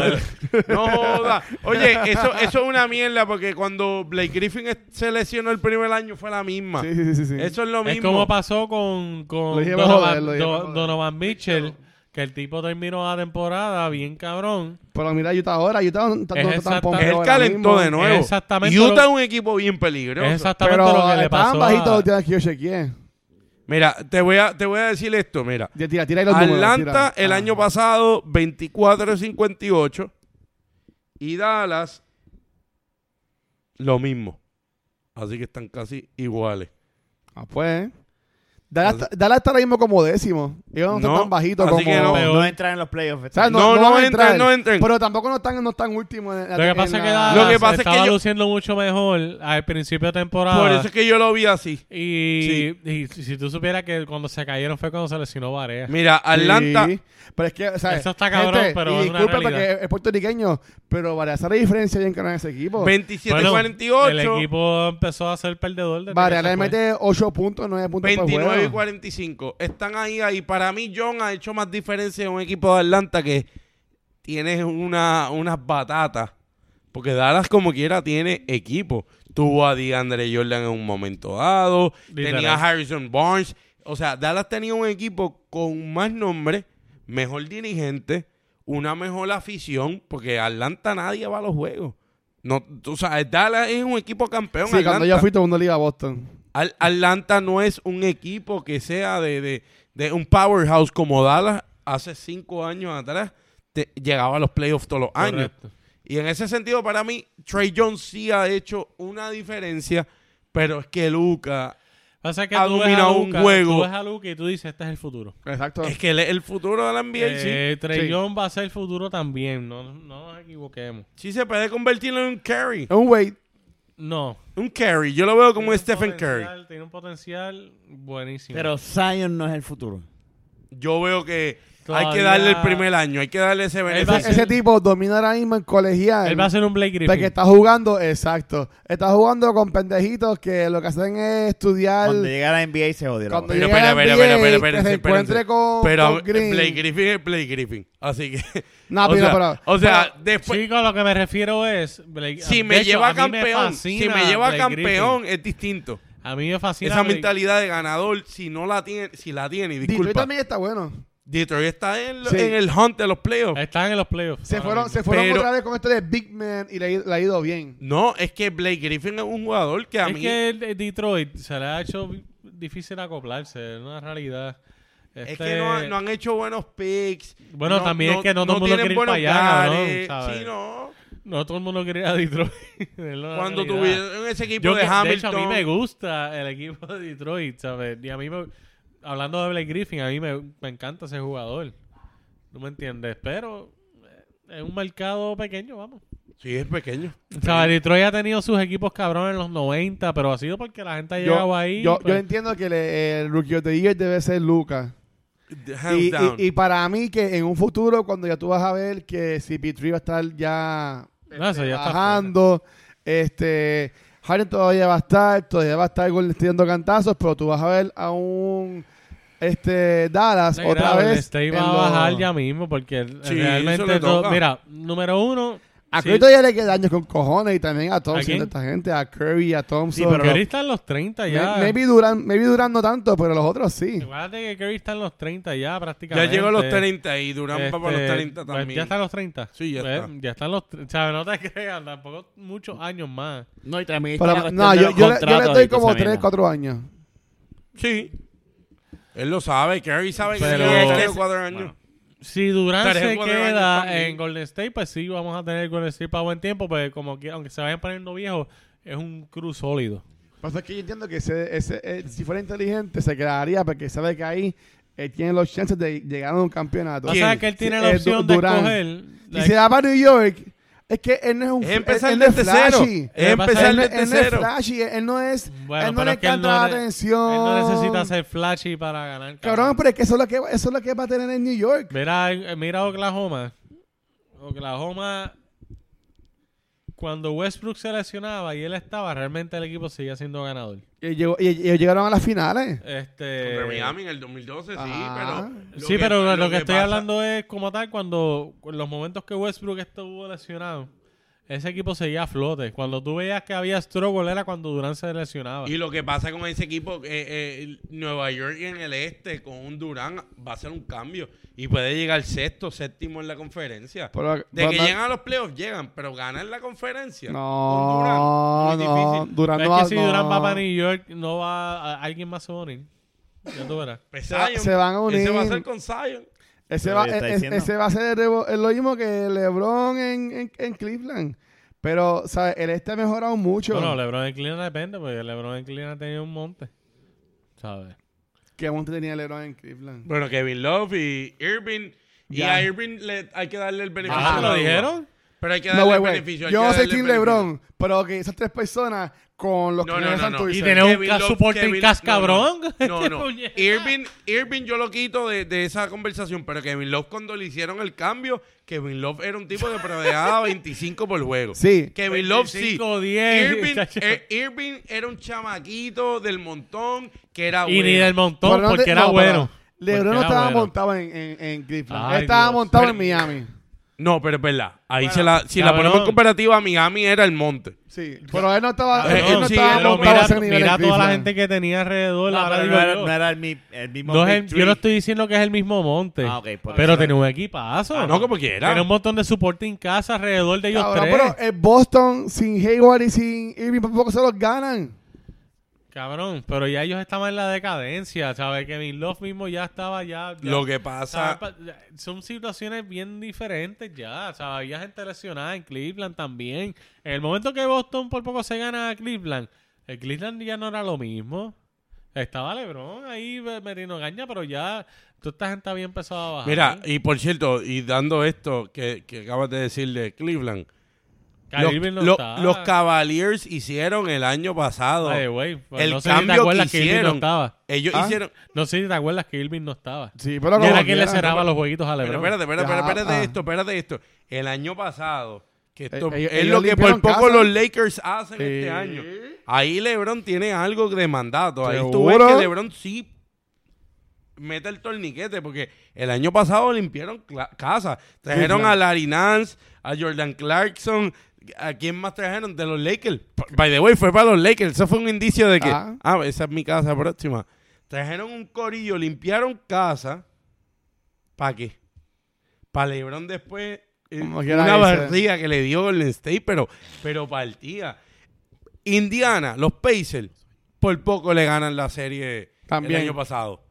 C: No joda. Oye, eso, eso es una mierda porque cuando Blake Griffin es- se lesionó el primer año fue la misma.
D: Sí, sí, sí, sí, sí.
C: Ah. Eso es lo
B: es
C: mismo.
B: como pasó con, con
D: Lo dije para joder,
B: Donovan,
D: lo dije
B: Do-
D: para joder.
B: Donovan Mitchell, que el tipo terminó la temporada bien cabrón.
D: Pero mira, Utah ahora, Utah no, no,
B: Es
D: no está tan
B: exacta-
D: pobre
C: Él
D: ahora
C: calentó
D: mismo.
C: de nuevo.
B: Exactamente
C: Utah es
B: lo-
C: un equipo bien
B: Es
C: peligroso.
B: exactamente lo que
D: Pero
B: le
D: estaban
B: pasó.
D: bajitos
B: a-
D: los días que yo chequeé.
C: Mira, te voy, a, te voy a decir esto, mira.
D: Ya, Tira, tira ahí los números,
C: Atlanta
D: tira.
C: el
D: Ah.
C: año pasado 24-58 y Dallas lo mismo. Así que están casi iguales.
D: Ah, pues. Dallas, está- Dallas está ahora mismo como décimo. Ellos
C: No,
D: no, están tan bajitos
C: así
D: como...
C: que no.
A: No entrar en los playoffs. este
D: ¿Sabes?
A: año.
D: No,
C: No,
D: no,
C: no
D: van a
C: entren,
D: entrar,
C: no entren.
D: Pero tampoco no están, no están últimos. en la-
B: Lo que
D: en
B: pasa es que
D: la-
B: Dallas
C: Lo que pasa es que
B: estaba
C: yo-
B: luciendo mucho mejor al principio de temporada.
C: Por eso es que yo lo vi así.
B: y, y si tú supieras que cuando se cayeron fue cuando se lesionó Barea.
C: Mira, Atlanta,
D: Sí, pero es que, o sea,
B: Eso está cabrón,
D: gente,
B: pero
D: y
B: es una
D: disculpe
B: realidad.
D: porque es puertorriqueño, pero para hacer la diferencia bien caro en ese equipo.
B: Bueno,
C: 27-48,
B: el equipo empezó a ser perdedor. desde
D: Vale,
B: que se
D: le
B: fue.
D: mete 8 puntos, 9 puntos pues, por
C: 29 y
D: juego.
C: 45. Están ahí, ahí. Para mí, John ha hecho más diferencia en un equipo de Atlanta que tiene una, unas batatas. Porque Dallas, como quiera, tiene equipo. Tuvo a DeAndre Jordan en un momento dado.
B: Literal.
C: Tenía a Harrison Barnes. O sea, Dallas tenía un equipo con más nombre, mejor dirigente, una mejor afición. Porque Atlanta nadie va a los juegos. No, o sea, Dallas es un equipo campeón.
D: Sí, cuando
C: Atlanta.
D: yo fui todo el mundo le iba a Boston.
C: Al- Atlanta no es un equipo que sea de, de- de un powerhouse como Dallas hace cinco años atrás. te- llegaba a los playoffs todos los años.
B: Correcto.
C: Y en ese sentido, para mí, Trey Jones sí ha hecho una diferencia, pero es que Luca
B: Pasa que
C: ha
B: tú ves a
C: dominado un
B: Luka-
C: juego.
B: Tú ves a Luka y tú dices, este es el futuro.
D: Exacto.
C: es que él es el futuro de la NBA. y sí.
B: Eh, Trey
D: Sí.
B: Young va a ser el futuro también. No, no nos equivoquemos.
C: Sí se puede convertir en un carry.
D: Es un wait.
B: No.
C: Un carry. Yo lo veo como
B: Tiene un
C: Stephen Curry.
B: potencial- Tiene un potencial buenísimo.
A: Pero Zion no es el futuro.
C: Yo veo que hay que
B: Todavía-
C: darle el primer año. Hay que darle ese
B: va a
C: beneficio.
B: ser-
D: Ese tipo domina ahora mismo en colegial.
B: él va a ser un Blake Griffin.
D: Porque Pues está jugando, exacto. Está jugando con pendejitos que lo que hacen es estudiar.
A: Cuando llega la NBA se jodió. la
D: Cuando
A: bola.
C: Pero,
D: llega
C: espera,
D: la
C: espera,
D: NBA,
C: espera, espera,
D: que
C: espérense,
D: se encuentre
C: espérense.
D: con,
C: Pero
D: con Green.
C: Blake Griffin es Blake Griffin. Así que.
D: No,
C: o
D: pero-
C: sea,
D: pero-
C: o sea, después.
B: Chicos, lo que me refiero es... Blake-
C: si
B: de
C: me
B: hecho,
C: lleva
B: a mí me
C: campeón, si
B: fascina
C: me lleva
B: Blake
C: campeón,
B: Griffin.
C: es distinto.
B: A mí me fascina...
C: Esa
B: Blake-
C: mentalidad de ganador, si no la tiene, si la tiene, y
D: Detroit
C: disculpa.
D: también está bueno.
C: Detroit está en, lo-
D: Sí.
C: en el hunt de los playoffs.
B: Están en los playoffs.
D: Se
B: ahora
D: fueron,
B: mismo.
D: se fueron
C: Pero-
D: otra vez con esto de Big Man y le, ha ido- le ha ido bien.
C: No, es que Blake Griffin es un jugador que a
B: es
C: mí.
B: que el- el Detroit se le ha hecho vi- difícil acoplarse, es una realidad.
C: Es
B: Este-
C: que no, ha- no han hecho buenos picks.
B: Bueno,
C: no-
B: también
C: no-
B: es que no todo el mundo
C: tienen
B: quiere ir
C: buenos
B: para allá, cabrón,
C: gares.
B: ¿sabes?
C: Sí, no.
B: no todo el mundo quiere ir a Detroit. es la
C: Cuando
B: realidad.
C: tuvieron ese equipo
B: Yo
C: de
B: que-
C: Hamilton.
B: hecho, a mí me gusta el equipo de Detroit, ¿sabes? Y a mí, me- hablando de Blake Griffin, a mí me, me encanta ese jugador. ¿Tú me entiendes? Pero eh, es un mercado pequeño, vamos.
C: Sí, es pequeño.
B: O sea, Detroit ha tenido sus equipos cabrones en los 90, pero ha sido porque la gente ha
D: Yo,
B: llegado ahí. pues,
D: yo,
C: pues.
B: pero-
D: yo entiendo que le- el rookie of the year debe ser Lucas.
C: Hands
D: Y, y-
C: down.
D: y para mí que en un futuro, cuando ya tú vas a ver que CP3 va a estar ya
B: No, eso ya está
D: bajando, este, Harden todavía va a estar, todavía va a estar Golden State dando cantazos, pero tú vas a ver a un este, Dallas
B: Sí,
D: otra
B: claro,
D: vez.
B: State
D: en
B: va a
D: lo-
B: bajar ya mismo porque el-
C: Sí,
B: realmente
C: eso le
B: todo-
C: toca.
B: mira, número uno.
D: A
B: sí,
D: Curry todavía le queda años con cojones y también a Thompson
B: quién?
D: de esta gente, a Curry, a Thompson.
A: Sí, pero
B: Curry está en los 30
D: May-
B: ya.
D: Maybe Durant, maybe Durant no tanto, pero los otros sí.
B: Acuérdate que Curry está en los 30 ya
C: Ya
B: prácticamente.
C: llegó a los 30 y Durán
B: Este,
C: va para los 30
B: pues,
C: también.
B: ya está en los 30.
C: Sí, ya
B: Pues,
C: está.
B: Ya está en los. tr- O sea, no te creas, tampoco muchos años más.
A: No, y también está
D: Pero-
A: la cuestión
D: no,
A: de
D: yo,
A: los
D: yo le, yo le
A: contratos
D: doy
A: y toda
D: como
A: esa
D: 3,
A: mierda.
D: 4 años.
C: Sí. Él lo sabe, Kerry sabe que
B: Pero-
C: tiene tres o cuatro años.
B: Si Durant
C: Tres,
B: se
C: cuatro años
B: queda
C: también.
B: en Golden State, pues sí, vamos a tener Golden State para buen tiempo, pues como quiera, aunque se vayan poniendo viejos, es un cruz sólido.
D: Pues es que yo entiendo que ese, ese- eh, si fuera inteligente se quedaría porque sabe que ahí eh, tiene los chances de llegar a un campeonato.
B: O sea, que él tiene
D: Sí,
B: la
D: eh,
B: opción
D: Du-
B: de
D: Durant.
B: escoger.
D: Y
B: like,
D: se da para New York. Es que él no es un.
C: Es
D: él-
C: empezar
D: él no es
C: desde cero.
D: flashy.
C: Es empezar
D: Él, no-
C: desde
D: él no es
C: cero.
D: flashy. Él no es.
B: Bueno,
D: él no
B: pero
D: le
B: es que él
D: encanta
B: no
D: la
B: ne-
D: atención.
B: Él no necesita ser flashy para ganar.
D: Cabrón, pero es que eso es lo que, eso es lo que va a tener en New York.
B: Mira, eh, mira Oklahoma. Oklahoma, cuando Westbrook se lesionaba y él estaba, realmente el equipo seguía siendo ganador.
D: Y llegó- y- y ellos llegaron a las finales.
B: Este,
C: Contra Miami en el 2012,
D: Ajá.
C: sí, pero...
B: sí, pero lo, que, estoy
C: pasa-
B: hablando es como tal, cuando en los momentos que Westbrook estuvo lesionado, ese equipo seguía a flote. Cuando tú veías que había struggle era cuando Durant se lesionaba.
C: Y lo que pasa con ese equipo, eh, eh, Nueva York en el este, con un Durán, va a ser un cambio. Y puede llegar sexto, séptimo en la conferencia.
D: Pero-
C: de que
D: pero-
C: llegan a los playoffs, llegan, pero ganan la conferencia. con
D: No,
C: Durant, muy
D: no,
C: difícil.
D: Durant
B: Pero
D: no
B: es
D: va-
B: que si
D: no.
B: Durant va para New York, no va a- alguien más se va a unir. Ya tú verás.
C: Pues
D: Se va-
C: Zion,
D: se van a unir.
C: Ese va a ser con Zion.
D: Ese
A: Pero
D: va,
A: ya está
D: e- e-
A: diciendo.
D: ese va a ser el revo- es lo mismo que LeBron en, en- en Cleveland. Pero, ¿sabes? El este ha mejorado mucho.
B: Bueno, LeBron en Cleveland depende, porque LeBron en Cleveland tenía un monte. ¿Sabes?
D: ¿Qué monte tenía LeBron en Cleveland?
C: Bueno, Kevin Love y Irving. Y
D: Ya.
C: a Irving le, hay que darle el beneficio.
B: Ah,
C: de
B: ¿te
C: la
B: lo
C: duda.
B: dijeron?
C: Pero hay que darle
D: No, güey,
C: el
D: güey.
C: beneficio. hay
D: Yo
C: que
D: no soy
C: darle
D: Team
C: el beneficio.
D: LeBron, pero que esas tres personas con los
C: No,
D: que
C: no, no, no.
B: Y
D: Santurce.
B: tener un
C: Kevin
B: cas
C: Love,
B: supporting
C: Kevin-
B: cas
C: no,
B: cabrón.
C: No, no.
B: Puñeta.
C: Irving, Irving yo lo quito de, de esa conversación, pero Kevin Love cuando le hicieron el cambio, Kevin Love era un tipo que promediaba 25 por juego.
D: Sí.
C: Kevin Love sí.
B: 25, 10,
C: Irving,
B: chacho.
C: eh, Irving era un chamaquito del montón que era
B: Y ni
C: bueno.
B: del montón,
D: Pero no te-
B: porque era
D: no,
B: bueno.
D: pero LeBron no
B: Porque era
D: estaba
B: bueno.
D: montado en, en, en Cleveland.
B: Ay,
D: Él estaba
B: Dios.
D: montado
C: Pero-
D: en Miami.
C: No, pero es verdad. Ahí se la, si la
B: cabrón.
C: ponemos en comparativa, Miami era el monte.
D: Sí. Pero él no estaba,
B: Ah,
C: Pero-
D: él no
C: sí,
D: estaba
B: pero Eh,
D: montado a
B: mira,
D: ese nivel
B: mira
D: en
B: toda la
D: Cleveland.
B: gente que tenía alrededor.
A: No,
B: ahora
A: pero
B: digo
A: no era,
B: yo.
A: no era el, mi- el mismo.
B: No es el-
A: Big
B: yo no
A: Three.
B: estoy diciendo que es el mismo monte.
A: Ah, ok, por
B: pero
A: eso.
B: tenía un equipazo.
C: Ah, no, como quiera.
B: Tenía un montón de supporting casa alrededor de ellos
D: Cabrón,
B: tres.
D: pero el Boston sin Hayward y sin Irving tampoco se los ganan.
B: Cabrón, pero ya ellos estaban en la decadencia, ¿sabes? Kevin Love mismo ya estaba ya... ya-
C: Lo que pasa...
B: ¿sabes? Pa- ya- Son situaciones bien diferentes ya, ¿sabes? Había gente lesionada en Cleveland también. En el momento que Boston por poco se gana a Cleveland, el Cleveland ya no era lo mismo. Estaba LeBron ahí be- metiendo gaña, pero ya toda esta gente había empezado a bajar.
C: Mira, y por cierto, y dando esto que, que acabas de decir de Cleveland,
B: Kyrie
C: los,
B: Irving no
C: lo-
B: estaba.
C: los Cavaliers hicieron el año pasado.
B: Ay, güey, pues
C: el
B: no sé si
C: cambio
B: te acuerdas que
C: que
B: Irving no
C: hicieron.
B: estaba.
C: Ellos
D: Ah.
C: hicieron.
B: No sé si te acuerdas que Irving no estaba.
D: Sí, pero
B: Y
D: como
B: era que le
D: quieran.
B: cerraba los jueguitos a
C: Pero
B: LeBron.
C: espérate, espérate,
D: Ya,
C: espérate, espérate
D: ah.
C: esto, espérate esto. El año pasado, que esto
D: Eh, ellos-
C: es
D: ellos
C: lo que por
D: limpiaron
C: poco
D: casa.
C: los Lakers hacen
D: Sí.
C: este año. Ahí LeBron tiene algo de mandato. Ahí tú ves
D: ¿Seguro?
C: que LeBron sí mete el torniquete, porque el año pasado limpiaron cla- casa. Trajeron
D: Cleveland.
C: a Larry Nance, a Jordan Clarkson. ¿A quién más trajeron? De los Lakers. P- By the way, fue para los Lakers. Eso fue un indicio de que.
D: Ah.
C: Ah, esa es mi casa próxima. Trajeron un corillo, limpiaron casa. ¿Para qué? Para LeBron después. eh,
D: Como quiera
C: una
D: irse.
C: barriga que le dio Golden State, pero, pero partía. Indiana, los Pacers, por poco le ganan la serie
D: También.
C: el año pasado.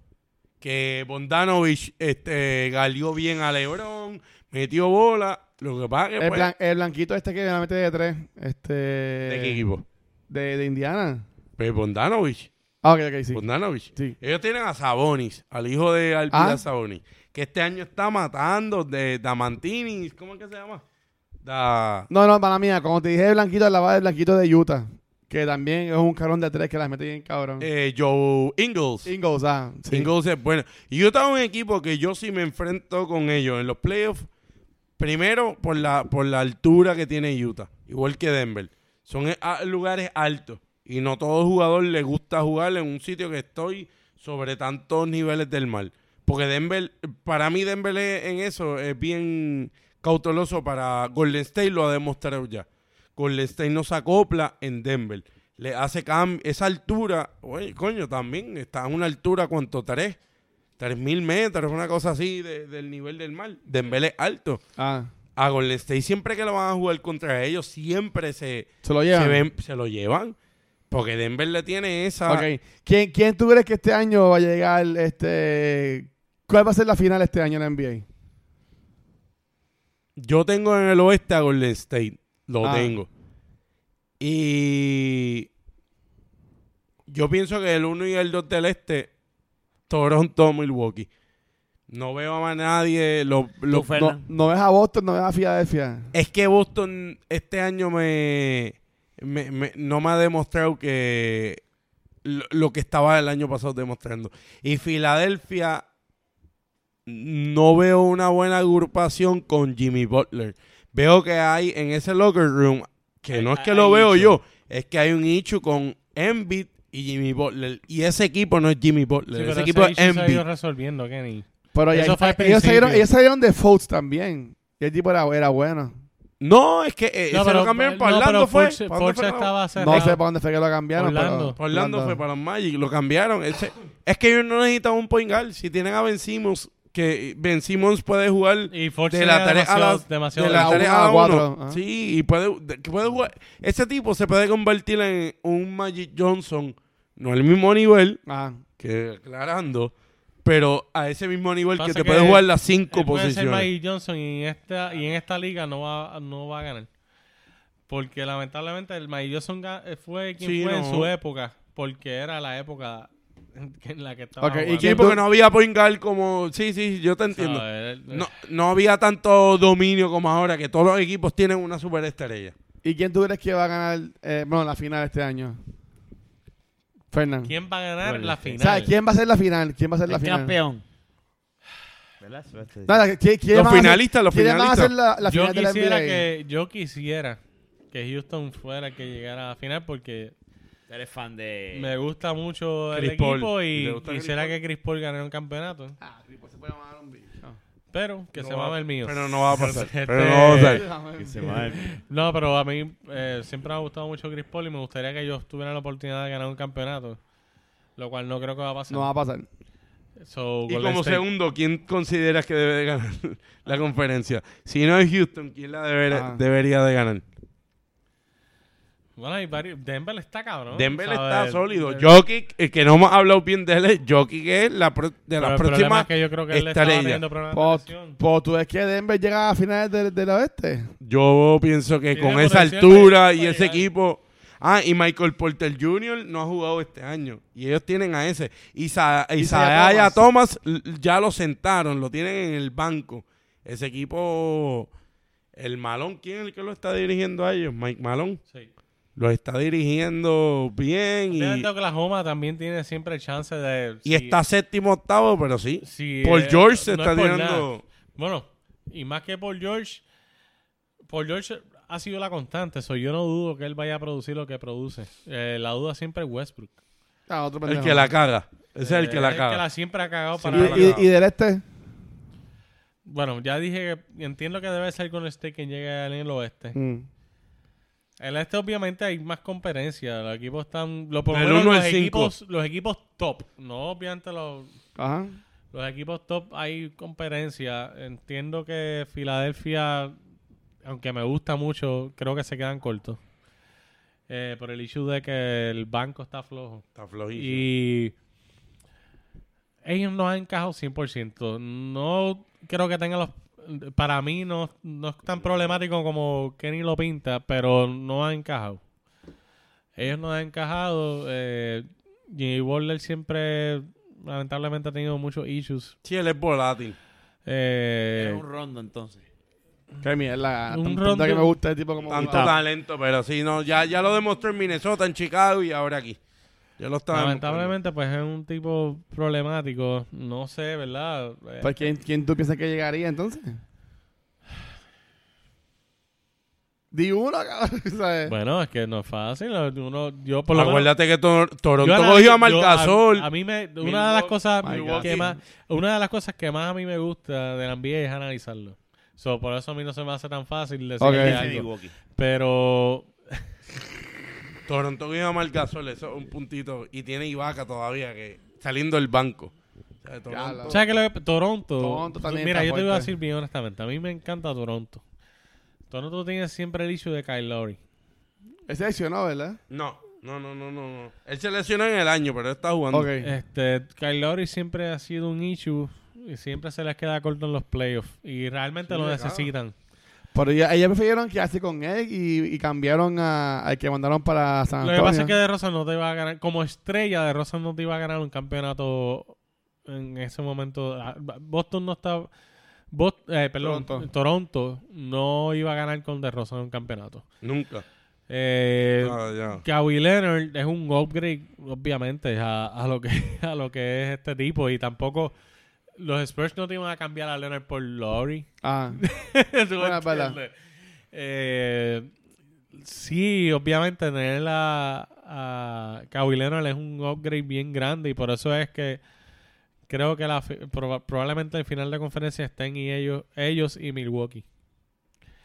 C: Que Bondanovich este, galeó bien a LeBron, metió bola. Lo que pasa es que.
D: El,
C: pues,
D: blan- el blanquito este que la mete de tres, este...
C: ¿De qué equipo?
D: De, de Indiana.
C: Pues Bondanovich.
D: Ah, ok, ok, sí.
C: Pues Bogdanovich.
D: Sí.
C: Ellos tienen a Sabonis, al hijo de Alvida
D: Ah.
C: Sabonis, que este año está matando de Damantini. ¿Cómo es que se llama? Da...
D: No, no, para mía, como te dije de blanquito, hablaba del blanquito de Utah, que también es un cabrón de tres que las mete bien cabrón.
C: eh, Joe Ingles.
D: Ingles, ah, sí.
C: Ingles es bueno. Y yo estaba en un equipo que yo sí me enfrento con ellos en los playoffs. Primero, por la, por la altura que tiene Utah, igual que Denver. Son eh, ah, lugares altos. Y no todo jugador le gusta jugar en un sitio que estoy sobre tantos niveles del mar. Porque Denver, para mí Denver es- en eso es bien cauteloso para Golden State, lo ha demostrado ya. Golden State no se acopla en Denver. Le hace cambio. Esa altura, oye, coño, también está a una altura, ¿cuánto? Tres. Tres mil metros, una cosa así de- del nivel del mar. Denver es alto.
D: Ah,
C: A Golden State siempre que lo van a jugar contra ellos, siempre se,
D: se lo llevan.
C: se, ven, se lo llevan. Porque Denver le tiene esa...
D: Ok. ¿Quién, ¿Quién tú crees que este año va a llegar, este... ¿Cuál va a ser la final este año en la NBA?
C: Yo tengo en el oeste a Golden State. Lo
D: Ah.
C: tengo. Y yo pienso que el 1 y el 2 del este, Toronto, Milwaukee. No veo a más nadie. Lo, lo-
A: Tú, Fer-
B: Pues
D: No,
A: Fernan.
D: no ves a Boston, no ves a Filadelfia.
C: es que Boston este año me, me- me- no me ha demostrado que lo, lo que estaba el año pasado demostrando. Y Filadelfia no veo una buena agrupación con Jimmy Butler. Veo que hay en ese locker room que no es que
B: hay-
C: lo
B: hay
C: veo
B: issue.
C: yo, es que hay un issue con Embiid y Jimmy Butler. Y ese equipo no es Jimmy Butler, ese equipo es
B: issue se ha
C: Embiid. Eh,
B: ido resolviendo, Kenny.
D: Pero
B: Eso
D: ya-
B: fue al
D: ellos, salieron,
B: principio.
D: ellos salieron de Fultz también. Y el tipo era, era bueno.
C: No, es que eh, se lo cambiaron para
B: no,
C: Orlando,
B: pero
C: fue.
B: Forza-
C: ¿Para dónde
B: Forza
C: fue?
B: estaba cerrado.
D: No sé para dónde fue que lo cambiaron.
B: Orlando.
D: pero-
C: Para Orlando fue para los Magic, lo cambiaron. Ese- es que ellos no necesitan un point guard. Si tienen a Ben Simmons, que Ben Simmons puede jugar
B: Y Forza
C: de la tarea a la,
B: demasiado, demasiado
C: de la
D: de la
C: tarea
D: uno a
C: a
D: la
C: cuatro. ah.
D: cuatro, ajá.
C: Sí, y puede, de- que puede jugar. Ese tipo se puede convertir en un Magic Johnson, no al mismo nivel,
D: Ah,
C: que aclarando, pero a ese mismo nivel
B: Pasa
C: que te
B: que
C: puede jugar las cinco
B: Él puede ser
C: posiciones.
B: Magic Johnson y en esta, y en esta liga no va, no va a ganar. Porque lamentablemente el Magic Johnson ga- eh, fue quien
C: Sí,
B: fue en
C: no.
B: su época. Porque era la época en la que estaba.
D: Ok, ¿y
B: jugando.
C: Sí,
D: quién
C: porque no había point guard como... Sí, sí, yo te entiendo.
B: ¿Sabes? Él-
C: No, no había tanto dominio como ahora, que todos los equipos tienen una superestrella.
D: ¿Y quién tú crees que va a ganar eh, bueno, la final este año? Fernán.
B: ¿Quién va a ganar
A: Bueno,
B: la
A: sí.
D: O
B: final?
D: sea, ¿quién va a ser la final? ¿Quién va a ser la
A: El
D: final?
A: campeón. ¿Verdad? Eso es- este-
D: Nada, ¿quién, quién
C: Los
D: van a ser-
C: finalistas, los
D: ¿Quiénes van a
C: finalistas.
D: ser la, la
B: yo
D: final de la
B: quisiera
D: NBA?
B: que yo quisiera que Houston fuera el que llegara a la final porque
A: Eres fan de...
B: me gusta mucho el
C: Chris Paul.
B: equipo
C: ¿Le
B: y
C: gusta
B: quisiera
C: Chris
B: que Chris Paul ganara un campeonato
D: Ah, tipo, se puede mamar un bicho.
B: pero que se
C: No va-
B: mame el mío
C: Pero no va a pasar.
B: Este-
C: Pero no va a pasar.
A: Que se va-
B: no pero a mí eh, siempre me ha gustado mucho Chris Paul y me gustaría que ellos tuvieran la oportunidad de ganar un campeonato lo cual no creo que va a pasar
D: No va a pasar.
B: So,
C: Y
B: Golden
C: como
B: State.
C: segundo, ¿quién consideras que debe de ganar la conferencia? Si no es Houston, ¿quién la deber-
D: Ah.
C: debería de ganar?
B: bueno hay varios Denver está cabrón
C: Denver está
B: ¿sabes?
C: sólido.
B: Pero
C: Jokic, el que no hemos hablado bien de él, Jokic es la pro- de
B: el problema
C: las próximas.
B: es que yo creo que él le estaba
C: estrellas.
B: teniendo problemas de
D: Pues,
B: lesión.
D: pues, tú ves que Denver llega a finales del, del oeste.
C: Yo pienso que
B: Tiene
C: con esa
B: potencial
C: altura
B: para-
C: y
B: para
C: ese
B: llegar.
C: equipo. Ah, y Michael Porter Jr. no ha jugado este año. Y ellos tienen a ese. Isa- Isaiah Thomas l- ya lo sentaron, lo tienen en el banco. Ese equipo. El Malón, ¿quién es el que lo está dirigiendo a ellos? Mike Malón.
B: Sí.
C: Lo está dirigiendo bien y,
B: Fíjate que Oklahoma también tiene siempre el chance de.
C: y está séptimo octavo, pero sí.
B: si,
C: Paul
B: eh,
C: George se
B: no
C: está
B: es por
C: tirando.
B: nada. Bueno, y más que Paul George, Paul George ha sido la constante. So yo no dudo que él vaya a producir lo que produce. Eh, la duda siempre es Westbrook.
D: Ah, otro
C: El
D: pendejo.
C: que la caga. Ese es el
B: Eh,
C: que la
B: es
C: caga.
B: siempre ha cagado para.
D: y, y-
B: la-
D: y del este.
B: Bueno, ya dije que entiendo que debe ser con este quien llegue en el oeste.
D: Mm.
B: El este, obviamente, hay más competencia. Los equipos están. Los, por lo
C: Del
B: menos
C: uno
B: los
C: al cinco.
B: equipos, los equipos top. No, obviamente, los.
D: Ajá.
B: Los equipos top hay competencia. Entiendo que Filadelfia, aunque me gusta mucho, creo que se quedan cortos. Eh, por el issue de que el banco está flojo.
C: Está flojísimo.
B: Y ellos no han encajado 100%. No creo que tengan los... Para mí no, no es tan problemático como Kenny lo pinta, pero no han encajado. Ellos no han encajado. Eh, Jimmy Butler siempre, lamentablemente, ha tenido muchos issues.
C: Sí, él es volátil.
B: Eh,
A: Es un rondo entonces.
D: Qué mierda.
B: Un
D: Un
B: rondo-
D: que me gusta el tipo como.
C: Tanto
D: Ah,
C: talento, pero sí, no, ya, ya lo demostró en Minnesota, en Chicago y ahora aquí. Yo lo estaba
B: lamentablemente, pues es un tipo problemático. No sé, ¿verdad? Eh,
D: pues, ¿quién, ¿Quién tú piensas que llegaría entonces? Di uno, cabrón. ¿sabes?
B: bueno, es que no es fácil. Uno, yo por lo menos-
C: Acuérdate que Tor- Toronto
B: Yo analizo-
C: cogió a
B: yo-
C: Marcasol.
B: A, a mí me, una de las cosas
D: My God.
B: que más, una de las cosas que más a mí me gusta de la NBA es analizarlo. So, por eso a mí no se me hace tan fácil decir
D: Ok.
B: que
D: Sí,
B: algo.
A: Milwaukee.
B: Pero
C: Toronto cogió a Marcasol, eso es un puntito. Y tiene Ibaka todavía, que saliendo del banco. O sea, Toronto-
D: lo-
B: ¿Sabes qué? es lo que- Toronto.
D: Toronto también
B: Mira,
D: está
B: yo te voy a
D: fuerte.
B: decir bien honestamente. A mí me encanta Toronto. Toronto tiene siempre el issue de Kyle Lowry.
D: Ese lesionó, ¿verdad?
C: No, no, no, no, no. no. Él se lesionó en el año, pero él está jugando.
D: Ok.
B: Este, Kyle Lowry siempre ha sido un issue y siempre se les queda corto en los playoffs. Y realmente
C: Sí,
B: lo
C: claro.
B: necesitan.
D: Pero ya- ellos prefirieron quedarse con él y, y cambiaron a- al que mandaron para San
B: Lo
D: Antonio.
B: que pasa es que De Rosa no te iba a ganar, como estrella De Rosa no te iba a ganar un campeonato en ese momento. Ah, Boston no estaba, Bos- eh, perdón,
D: Toronto.
B: Toronto. no iba a ganar con De Rosa un campeonato.
C: Nunca.
B: Eh,
C: Ah, ya.
B: Kawhi Leonard es un upgrade, obviamente, a, a lo que, a lo que es este tipo. Y tampoco los Spurs no te iban a cambiar a Leonard por Lowry.
D: Ah,
B: Tú me
D: Buena pala.
B: entiendes. Eh, sí, obviamente tener a, a Kawhi Leonard es un upgrade bien grande y por eso es que creo que la, fi- proba- probablemente el final de conferencia estén y ellos, ellos y Milwaukee.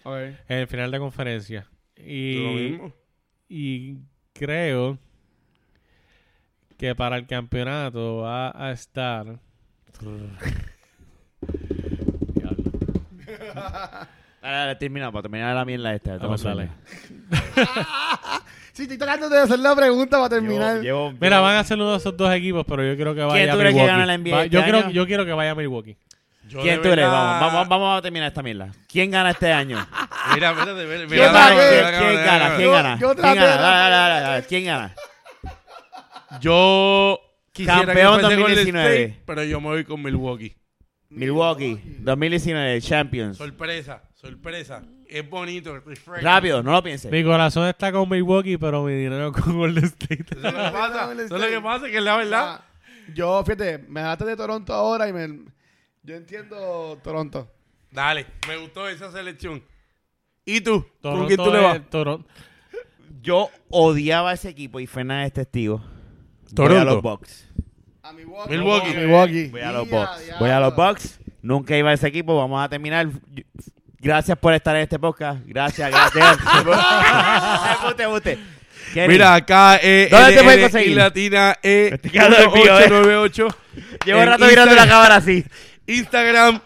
D: Ok.
B: En el final de conferencia. Y,
C: Lo mismo.
B: y creo que para el campeonato va a estar. Diablo.
A: Dale, dale, termina, para terminar la mierda esta.
B: Vamos, dale.
D: Sí, estoy tratando de hacer la pregunta para terminar.
B: Mira, van a ser uno de esos dos equipos, pero yo creo que vaya
A: tú
B: a
A: crees que
B: Milwaukee.
A: gana la NBA
B: Va- yo,
A: este
B: creo,
A: año?
B: yo quiero que vaya a Milwaukee.
C: Yo
A: ¿Quién
C: de
A: tú eres?
C: verdad-
A: Vamos, vamos, vamos a terminar esta mierda. ¿Quién gana este año?
C: Mira, mira, mira, mira,
A: ¿Quién
C: mira,
A: gana?
C: mira,
A: ¿Quién
C: mira,
A: quién
C: mira,
A: gana?
C: mira.
A: ¿Quién
D: Yo-
A: gana?
D: yo
A: ¿Quién gana?
D: traté-
A: Dale,
D: este
A: dale, dale, dale. ¿Quién gana?
C: Yo quisiera
A: Campeón
C: que fuese Golden
A: 2019.
C: State, pero yo me voy con Milwaukee.
A: Milwaukee, 2019, Champions.
C: Sorpresa, sorpresa. Es bonito. es refreshing.
A: Rápido, no lo pienses.
B: Mi corazón está con Milwaukee, pero mi dinero con Golden State.
C: Eso es lo que pasa. Eso es lo
D: Golden
C: que pasa, que es la verdad.
D: Ah, Yo, fíjate, me hablaste de Toronto ahora y me. Yo entiendo Toronto.
C: Dale, me gustó esa selección. ¿Y tú? ¿Con
B: Toronto
C: quién tú le vas?
B: es- Toron-
A: Yo odiaba a ese equipo y Fernández es testigo. Voy a
C: Toronto.
A: los Bucks.
D: A Milwaukee.
C: Milwaukee.
D: A Milwaukee.
A: Voy a los
D: Ya,
A: Bucks.
D: diablo.
A: Voy a los Bucks. Nunca iba a ese equipo. Vamos a terminar. Gracias por estar en este podcast. Gracias, gracias. guste, guste.
C: Mira, acá eh,
A: ¿Dónde te pueden
C: LNI
A: conseguir?
C: Latina eh,
A: Te quedas dormido, eh.
C: 1898.
A: llevo
C: en
A: rato mirando la
C: Instagram-
A: cámara así.
C: Instagram,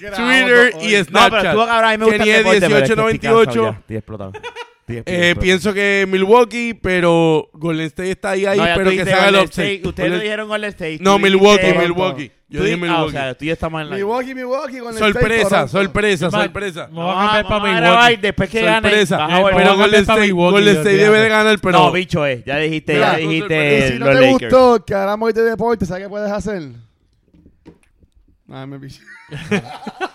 D: Grabando
C: Twitter
D: hoy.
C: y
A: No,
C: Snapchat.
A: pero tú ahora a mí me gusta el
C: Kenny
A: deporte, pero es que estoy
C: 1898.
A: cansado ya. Estoy explotado. Estoy
C: Eh,
A: explotado.
C: pienso que Milwaukee, pero Golden State está ahí, ahí
A: No, ya tú
C: pero que se
A: dijiste
C: haga el
A: Golden
C: upset.
A: State. Ustedes no
C: Golden-
A: dijeron Golden State.
C: No,
A: Tú dijiste-
C: Milwaukee,
A: Toronto.
C: Milwaukee. Yo
A: Tú
C: dije
A: di- ah, o
C: Milwaukee.
A: sea, tú ya estamos en la...
D: Milwaukee, Milwaukee con el State,
C: Sorpresa,
D: Toronto.
C: sorpresa,
B: Va-
C: sorpresa.
B: Me voy a cambiar
A: vamos
B: para
A: a
B: Milwaukee.
A: grabar y después que gane,
C: Sorpresa.
A: vas a volver.
C: Pero
B: vamos a
C: Golden
B: cambiar para
C: State,
B: Milwaukee,
C: Golden State
B: olvídate.
C: debe de ganar, pero
A: No, bicho, eh. Ya dijiste,
D: Mira,
A: ya
D: tú-
A: dijiste
D: y si no
A: los
D: te
A: Lakers.
D: gustó que hablamos hoy de deporte, ¿sabes qué puedes hacer? Ay, me piché.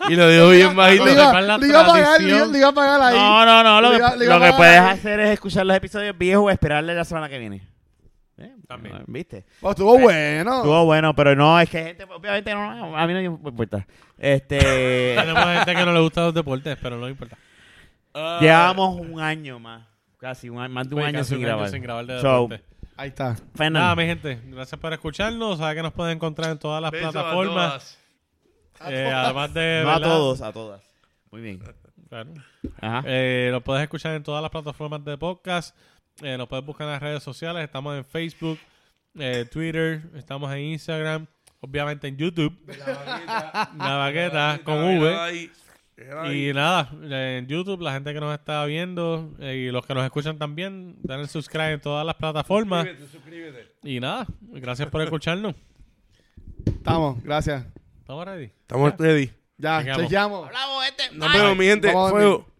C: y lo dejo bien
D: Lo
B: Pero
C: bajito.
D: iba,
B: sepan la
D: lo iba a pagar, lo iba-
B: tradición.
D: lo iba a pagar ahí.
A: No, no, no. Lo,
D: Le
A: que,
D: iba- le iba
A: lo
D: a
A: que
D: pagar
A: puedes
D: ahí.
A: hacer es escuchar los episodios viejos o esperarle la semana que viene. Eh,
B: También.
A: ¿Viste?
D: Pues estuvo bueno.
A: Estuvo bueno, pero no, es que gente, obviamente, no, a mí no me importa. Este,
B: Tenemos gente que no le gusta los deportes, pero no importa.
A: llevamos un año más, casi un, año- más de un
B: Oye,
A: año
B: Pues, casi
A: sin
B: un
A: grabar.
B: sin grabar de
A: So,
B: deporte.
D: Ahí está.
B: Nada,
A: Fernan,
B: mi gente, gracias por escucharnos. Saben que nos pueden encontrar en todas las
C: Besos a
B: plataformas.
C: todas.
B: eh, además de.
A: no a
B: ¿verdad?
A: todos, a todas. Muy bien.
B: Claro.
A: Ajá.
B: Eh, lo puedes escuchar en todas las plataformas de podcast. Eh, nos puedes buscar en las redes sociales. Estamos en Facebook, eh, Twitter, estamos en Instagram, obviamente en YouTube, La Baqueta con V.
C: Ahí, ahí.
B: Y nada, eh, en YouTube, la gente que nos está viendo eh, y los que nos escuchan también, denle subscribe en todas las plataformas.
C: Suscríbete, suscríbete.
B: Y nada, gracias por escucharnos.
D: Estamos, gracias.
B: Estamos ready.
C: Estamos ready.
D: Ya,
B: Llegamos.
D: chequeamos.
A: Bravo, este.
C: Nos vemos, mi gente.
D: Vamos,
C: Fuego.